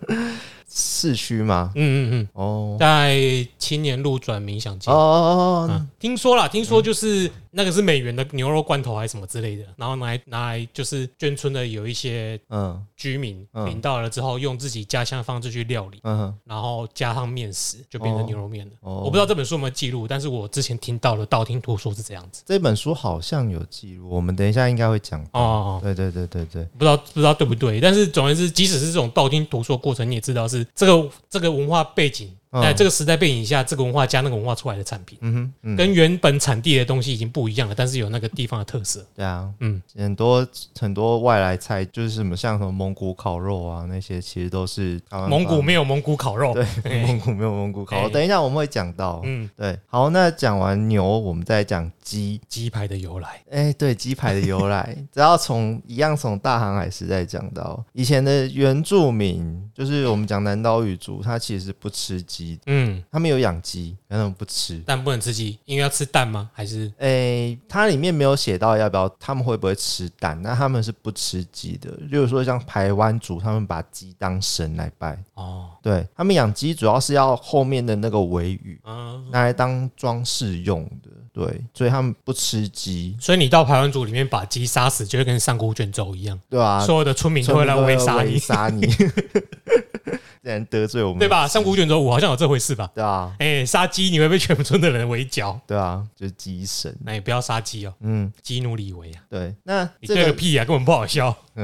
B: 市区吗？
A: 嗯嗯嗯，
B: 哦
A: 在青年路转冥想街
B: 哦。哦哦，
A: 嗯，听说啦，听说就是那个是美元的牛肉罐头还是什么之类的，然后拿来拿来就是眷村的有一些
B: 嗯
A: 居民
B: 嗯
A: 领到了之后，用自己家乡方式去料理，
B: 嗯哼
A: 然后加上面食，就变成牛肉面了。
B: 哦，
A: 我不知道这本书有没有记录，但是我之前听到的道听途说是这样子。
B: 这本书好像有记录，我们等一下应该会讲。
A: 哦哦，哦
B: 对对对对对，
A: 不知道不知道对不对，但是总而言之，即使是这种道听途说过程，你也知道是这个这个文化背景，
B: 嗯
A: 在这个时代背景下，这个文化加那个文化出来的产品，
B: 嗯哼，嗯
A: 跟原本产地的东西已经不一样了，但是有那个地方的特色。
B: 对啊，
A: 嗯，
B: 很多很多外来菜，就是什么像什么蒙古烤肉啊那些，其实都是台湾
A: 蒙古
B: 没
A: 没有蒙古烤 肉，
B: 嗯对 蒙古没有蒙古烤肉。
A: 哎
B: 等一下我们会讲到，
A: 嗯，
B: 对，好，那讲完牛，我们再讲鸡。
A: 鸡排的由来，
B: 哎、对，鸡排的由 来，只要从一样从大航海时代讲到以前的原住民，就是我们讲南岛语族，他其实不吃鸡，
A: 嗯，
B: 他们有养鸡，但他们不吃。
A: 但不能吃鸡，因为要吃蛋吗？还是
B: 诶、它里面没有写到要不要，他们会不会吃蛋？那他们是不吃鸡的。例如说，像台湾族，他们把鸡当神来拜，
A: 哦，
B: 对他们养鸡主要是要后面的那个尾羽
A: 嗯，
B: 拿来当装饰用的，对，所以他们不吃鸡，
A: 所以你到排湾族里面把鸡杀死，就会跟上古卷轴一样，
B: 对吧、
A: 所有的村民都
B: 啊村
A: 会
B: 民
A: 来
B: 都
A: 围杀
B: 围
A: 你，
B: 杀你， 竟然得罪我们，
A: 对吧？上古卷轴五好像有这回事吧？
B: 对啊，
A: 哎、杀鸡你会被全村的人围剿，
B: 对啊，就是鸡神，
A: 那也不要杀鸡哦，
B: 嗯，
A: 激怒李维啊！
B: 对。那
A: 你
B: 这
A: 对个
B: 个嗯
A: 屁啊，根本不好笑，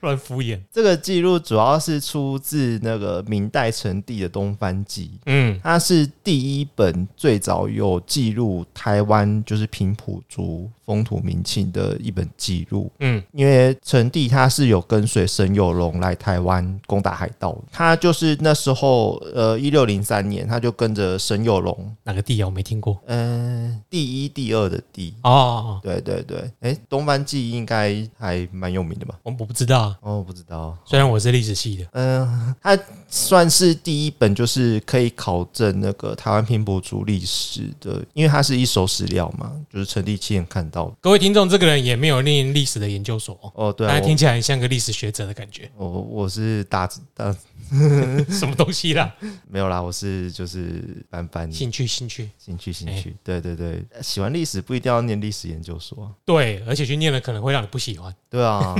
A: 乱敷衍。
B: 这个记录主要是出自那个明代成帝的《东番记》。
A: 嗯
B: 它是第一本最早有记录台湾就是平埔族风土民情的一本记录。
A: 嗯
B: 因为成帝他是有跟随沈有荣来台湾攻打海盗，他就是那时候呃一六零三年他就跟着沈有荣，
A: 哪个地啊？我没听过
B: 嗯、第一第二的第，
A: 哦哦，哦
B: 对对对，哎、东番记应该还蛮有名的吧？
A: 我我不知道啊。
B: 哦，不知道，
A: 虽然我是历史系的，
B: 嗯，它算是第一本，就是可以考证那个台湾平埔族历史的，因为它是一手史料嘛，就是成立亲眼看到的。
A: 各位听众，这个人也没有念历史的研究所哦，
B: 哦，对、啊，
A: 但，听起来很像个历史学者的感觉
B: 我我我是大大
A: 什么东西啦？
B: 没有啦，我是就是班班
A: 兴趣兴趣，
B: 兴趣兴趣，对对对，喜欢历史不一定要念历史研究所、啊。
A: 对，而且去念了可能会让你不喜欢。
B: 对啊，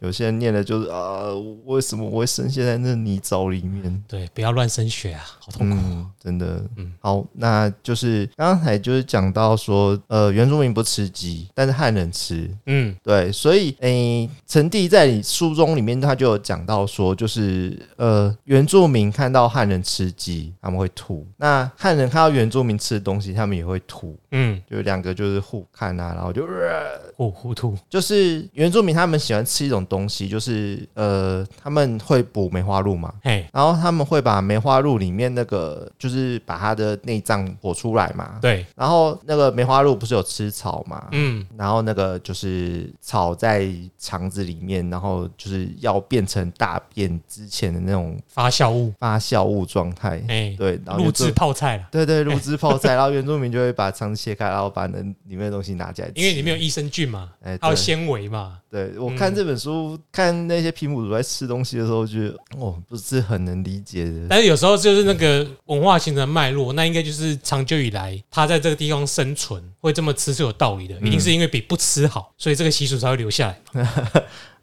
B: 有些人念的就是啊，为什么我会深陷在那泥沼里面？
A: 对，不要乱升学啊，好痛苦。
B: 嗯，真的，
A: 嗯
B: 好，那就是刚才就是讲到说，呃，原住民不吃鸡，但是汉人吃，
A: 嗯
B: 对，所以，诶、陈帝在你书中里面他就有讲到说，就是呃，原住民看到汉人吃鸡，他们会吐；那汉人看到原住民吃的东西，他们也会吐，
A: 嗯，
B: 就两个就是互看啊，然后就、呃
A: 我糊涂。
B: 就是原住民他们喜欢吃一种东西，就是呃，他们会补梅花鹿嘛，
A: 嘿，
B: 然后他们会把梅花鹿里面那个，就是把它的内脏剖出来嘛。
A: 对，
B: 然后那个梅花鹿不是有吃草嘛？
A: 嗯，
B: 然后那个就是草在肠子里面，然后就是要变成大便之前的那种
A: 发酵物，
B: 发酵物状态。
A: 哎，
B: 嗯对，然后
A: 录
B: 原住
A: 制泡菜啦，
B: 对对，卤汁泡菜，然后原住民就会把肠子切开，然后把那里面的东西拿起来吃。
A: 因为里面有嗯益生菌嘛，
B: 哎，
A: 还有
B: 对
A: 纤维嘛，
B: 对我看这本书，看那些平埔族在吃东西的时候，觉得哦，不是很能理解的。
A: 但是有时候就是那个文化形成的脉络，那应该就是长久以来他在这个地方生存会这么吃是有道理
B: 嗯
A: 的，一定是因为比不吃好，所以这个习俗才会留下来。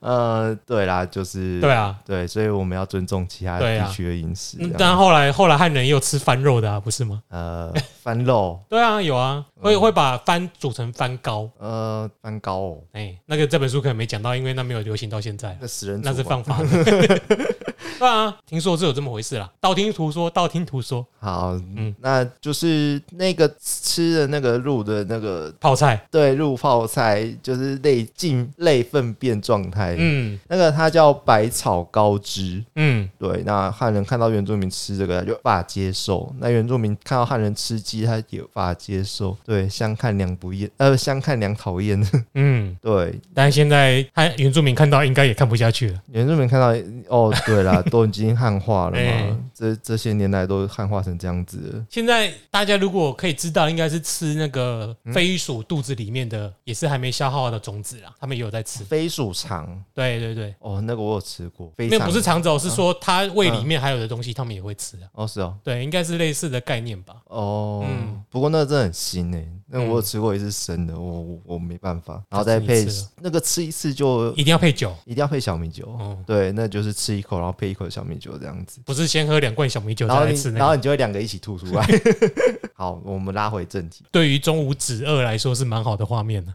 B: 呃，对啦，就是
A: 对啊，
B: 对，所以我们要尊重其他
A: 对啊
B: 地区的饮食
A: 嗯
B: 这
A: 但
B: 样。
A: 后来后来汉人也有吃番肉的啊，不是吗？
B: 呃，番肉，
A: 对啊，有啊，
B: 嗯
A: 会会把番煮成番糕。
B: 呃，番糕哦，
A: 哎、那个这本书可能没讲到，因为那没有流行到现在，啊
B: 那食人族
A: 那是
B: 吧
A: 犯法的。 对啊，听说是有这么回事啦，道听途说，道听途说，
B: 好，
A: 嗯
B: 嗯，那就是那个吃的那个鹿的那个
A: 泡菜，
B: 对鹿泡菜，就是类近类粪便状态。
A: 嗯
B: 那个它叫百草高枝，
A: 嗯，
B: 对。那汉人看到原住民吃这个，他就无法接受；那原住民看到汉人吃鸡，他也无法接受。对，相看两不厌，呃，相看两讨厌。
A: 嗯，
B: 对，
A: 但现在汉原住民看到应该也看不下去了。
B: 原住民看到哦，对啦，都已经汉化了嘛，
A: 哎
B: 这这些年来都汉化成这样子了。
A: 现在大家如果可以知道，应该是吃那个
B: 嗯
A: 飞鼠肚子里面的，也是还没消耗的种子啦，他们也有在吃。
B: 飞鼠肠
A: 对对对，
B: 哦，那个我有吃过，非
A: 那
B: 常
A: 不是肠哦走，是说它胃里面还有的东西，他们也会吃啊。
B: 哦，是哦。
A: 对，应该是类似的概念吧。
B: 哦，
A: 嗯
B: 不过那个真的很腥诶、那个我有吃过一次生的，我我我没办法，然后再配
A: 那是你吃
B: 那个吃一次就
A: 一定要配酒，
B: 一定要配小米酒，
A: 哦，
B: 对，那就是吃一口，然后配一口小米酒这样子，
A: 不是先喝两罐小米酒
B: 然
A: 再
B: 后
A: 来
B: 你
A: 吃
B: 然
A: 那
B: 后
A: 个。
B: 你就会两个一起吐出来。 好，我们拉回正题，
A: 对于中午止饿来说是蛮好的画面的。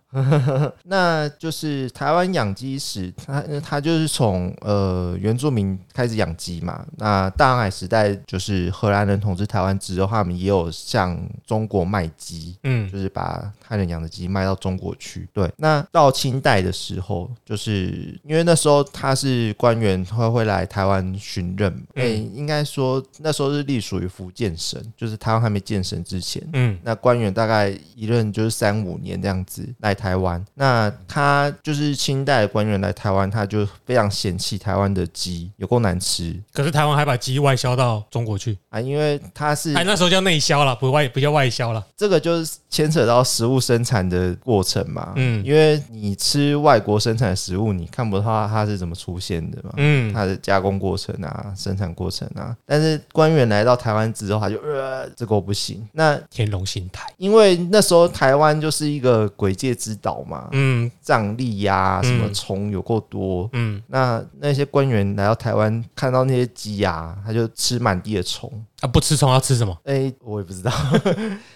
B: 那就是台湾养鸡史，它它就是从呃原住民开始养鸡嘛。那大航海时代就是荷兰人统治台湾之后，他们也有向中国卖鸡，
A: 嗯
B: 就是把汉人养的鸡卖到中国去。对，那到清代的时候，就是因为那时候他是官员，他会来台湾巡任。
A: 嗯
B: 诶、应该说那时候是隶属于福建省，就是台湾还没建省之前。
A: 嗯
B: 那官员大概一任就是三五年这样子来台湾。那他就是清代的官员来台湾，他就非常嫌弃台湾的鸡有够难吃
A: 可是台湾还把鸡外销到中国去，
B: 啊，因为他是
A: 哎，那时候叫内销啦，不外不叫外销啦。
B: 这个就是牵扯到食物生产的过程嘛。
A: 嗯
B: 啊因为你吃外国生产的食物，你看不到它它是怎么出现的嘛。
A: 嗯，
B: 它的加工过程啊，生产过程啊，但是官员来到台湾之后，他就呃，这个我不行。那
A: 天龙心态。
B: 因为那时候台湾就是一个鬼界之岛嘛，
A: 嗯
B: 瘴疠呀，什么
A: 嗯
B: 虫有够多。
A: 嗯
B: 那那些官员来到台湾，看到那些鸡啊，他就吃满地的虫。
A: 啊，不吃虫要吃什么？
B: 哎、我也不知道，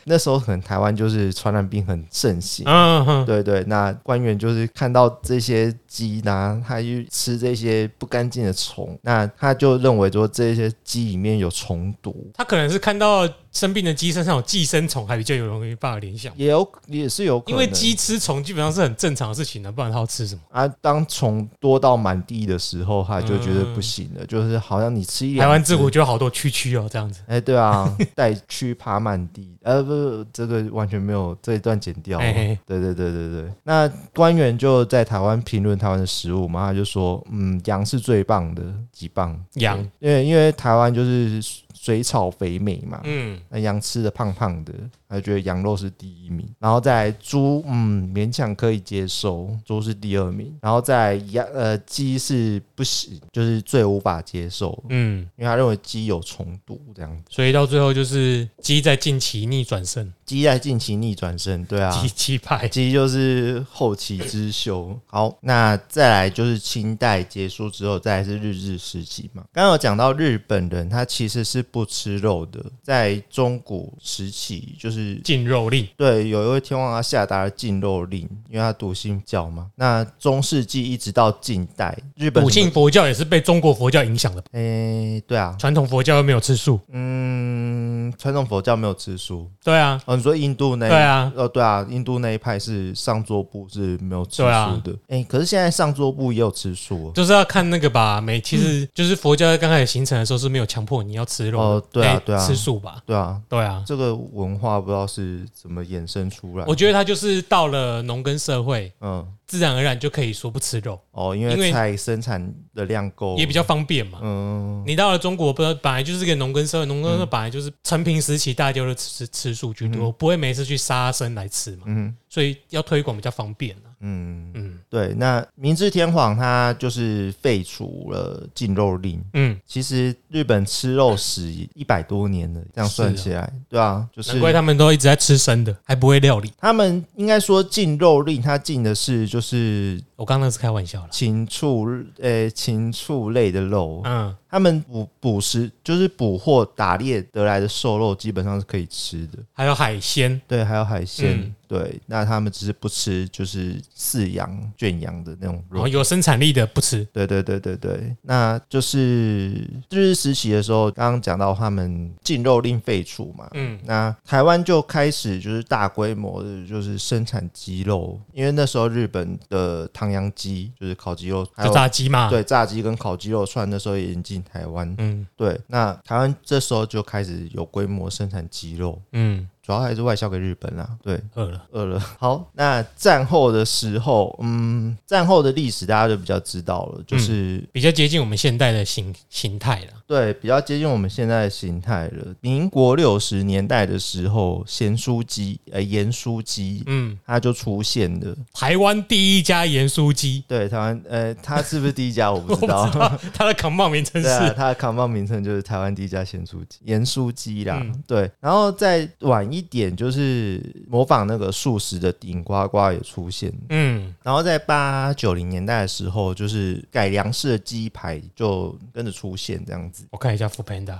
B: 那时候可能台湾就是传染病很盛行，
A: 嗯哼，
B: 对对，那官员就是看到这些鸡呢，他去吃这些不干净的虫，那他就认为说这些鸡里面有虫毒，
A: 他可能是看到生病的鸡身上有寄生虫，还比较有容易办法联想，
B: 也有也是有可
A: 因
B: 能，
A: 为鸡吃虫基本上是很正常的事情的，不然它要吃什么？
B: 啊，当虫多到满地的时候，他就觉得不行了，就是好像你吃一
A: 嗯台
B: 两
A: 湾
B: 只
A: 自古就有好多区区哦，这样子。
B: 哎，对啊，带蛆爬满地，呃，不是，这个完全没有这一段剪掉了。
A: 嘿嘿
B: 对对对对对。那官员就在台湾评论台湾的食物嘛，他就说，嗯，羊是最棒的，几棒
A: 羊，
B: 因为因为台湾就是水草肥美嘛，
A: 嗯，
B: 那羊吃的胖胖的，他就觉得羊肉是第一名，然后再来猪，嗯，勉强可以接受，猪是第二名，然后再来羊，呃，鸡是不行，就是最无法接受，
A: 嗯，
B: 因为他认为鸡有虫毒这样子。
A: 所以到最后就是鸡在近期逆转胜，
B: 鸡在近期逆转胜，对啊
A: 鸡，鸡派。
B: 鸡就是后起之秀。好，那再来就是清代结束之后，再来是日治时期嘛。刚刚有讲到日本人他其实是不吃肉的，在中古时期就是。
A: 禁肉令，
B: 对，有一位天皇他下达了禁肉令，因为他笃信教嘛。那中世纪一直到近代，日本
A: 笃信佛教也是被中国佛教影响的吧，
B: 诶、对啊，
A: 传统佛教又没有吃素，
B: 嗯，传统佛教没有吃素。
A: 对啊，
B: 哦，你说印度那一
A: 对啊，
B: 哦，对啊，印度那一派是上桌部是没有吃素
A: 对啊
B: 的。哎、可是现在上桌部也有吃素哦。
A: 就是要看那个吧。每
B: 嗯
A: 其实就是佛教刚开始形成的时候是没有强迫你要吃肉的，
B: 哦对啊
A: 哎
B: 对啊
A: 吃素吧，
B: 对啊，
A: 对啊。
B: 这个文化不知道是怎么衍生出来的。
A: 我觉得他就是到了农耕社会，
B: 嗯，
A: 自然而然就可以说不吃肉，
B: 哦，因
A: 因为
B: 为菜生产的量够，
A: 也比较方便嘛。
B: 哦嗯，
A: 你到了中国，不本来就是个农耕社会，农耕社会本来就是成平时期，大家都吃吃素居多，不会没事去杀生来吃嘛，
B: 嗯
A: 所以要推广比较方便啊
B: 嗯，
A: 嗯
B: 对。那明治天皇他就是废除了禁肉令。
A: 嗯，
B: 其实日本吃肉史一百多年了，这样算起来，对啊，就是
A: 难怪他们都一直在吃生的，还不会料理。
B: 他们应该说禁肉令，他禁的是就是
A: 我刚刚那是开玩笑啦。
B: 禽畜，呃、禽畜类的肉，
A: 嗯，
B: 他们捕捕食就是捕获打猎得来的瘦肉，基本上是可以吃的。
A: 还有海鲜，
B: 对，还有海鲜，
A: 嗯
B: 对，那他们只是不吃就是饲养圈养的那种
A: 然
B: 肉
A: 后。有生产力的不吃。
B: 对对对对对，那就是日治时期的时候，刚刚讲到他们禁肉令废除嘛，
A: 嗯，
B: 那台湾就开始就是大规模的，就是生产鸡肉，因为那时候日本的唐扬鸡就是烤鸡肉，还
A: 就
B: 有
A: 炸鸡嘛。，
B: 对炸鸡跟烤鸡肉串，那时候也引进台湾。
A: 嗯
B: 对，那台湾这时候就开始有规模生产鸡肉，
A: 嗯，
B: 主要还是外销给日本啦。对，
A: 饿了。
B: 饿了。 好，那战后的时候，嗯，战后的历史大家就比较知道
A: 嗯
B: 了，就是、
A: 比较接近我们现代的形形态了。
B: 对比较接近我们现在的形态了。民国六十年代的时候，咸酥鸡，呃，盐酥鸡。
A: 嗯，
B: 它就出现了，
A: 台湾第一家盐酥鸡，
B: 对台湾，呃，它是不是第一家我 不
A: 我不
B: 知
A: 知
B: 道，
A: 道它的扛棒名称
B: 对啊，
A: 是
B: 它的扛棒名称就是台湾第一家咸酥鸡，盐酥鸡啦、
A: 嗯
B: 对，然后再晚一点就是模仿那个素食的顶呱呱也出现了，
A: 嗯
B: 然后在八九零年代的时候，就是改良式的鸡排就跟着出现这样子。
A: 我看一下 f o o Panda，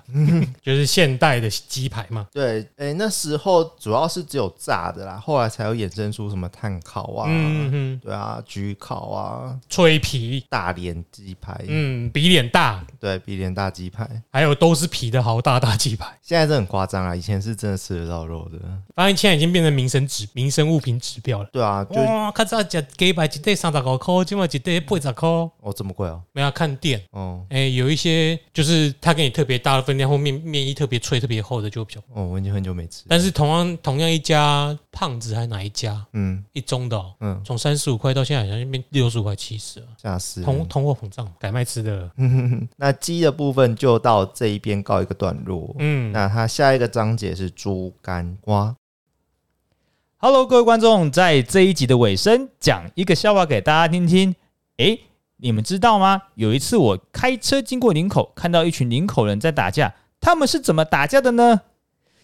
A: 就是现代的鸡排嘛。
B: 对，哎，那时候主要是只有炸的啦，后来才有衍生出什么炭烤啊，
A: 嗯嗯，
B: 对啊，焗烤啊，
A: 脆皮，
B: 大连鸡排，
A: 嗯，比脸大，
B: 对，比连大鸡排，
A: 还有都是皮的好大大鸡排。
B: 现在这很夸张啊，以前是真的吃得到肉的，
A: 发现现在已经变成民生指民生物品指标了。
B: 对啊，就
A: 哇，看这只鸡排一袋三十五块，今晚一袋八十块，
B: 哦这么贵哦，
A: 没有看店。
B: 哦
A: 哎、有一些就是它给你特别大的分量，或面面衣特别脆、特别厚的就比较。
B: 哦，我已经很久没吃，
A: 但是同样同样一家胖子还是哪一家
B: 嗯
A: 一中的、哦，
B: 嗯，
A: 从三十五块到现在好像变六十五块、七十了，
B: 吓死人，
A: 通通货膨胀，改卖吃的了。
B: 那鸡的部分就到这一边告一个段落，
A: 嗯，
B: 那它下一个章节是猪肝瓜，
C: Hello，各位观众，在这一集的尾声，讲一个笑话给大家听听。诶，你们知道吗？有一次我开车经过林口，看到一群林口人在打架，他们是怎么打架的呢？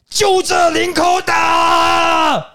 C: 就着林口打！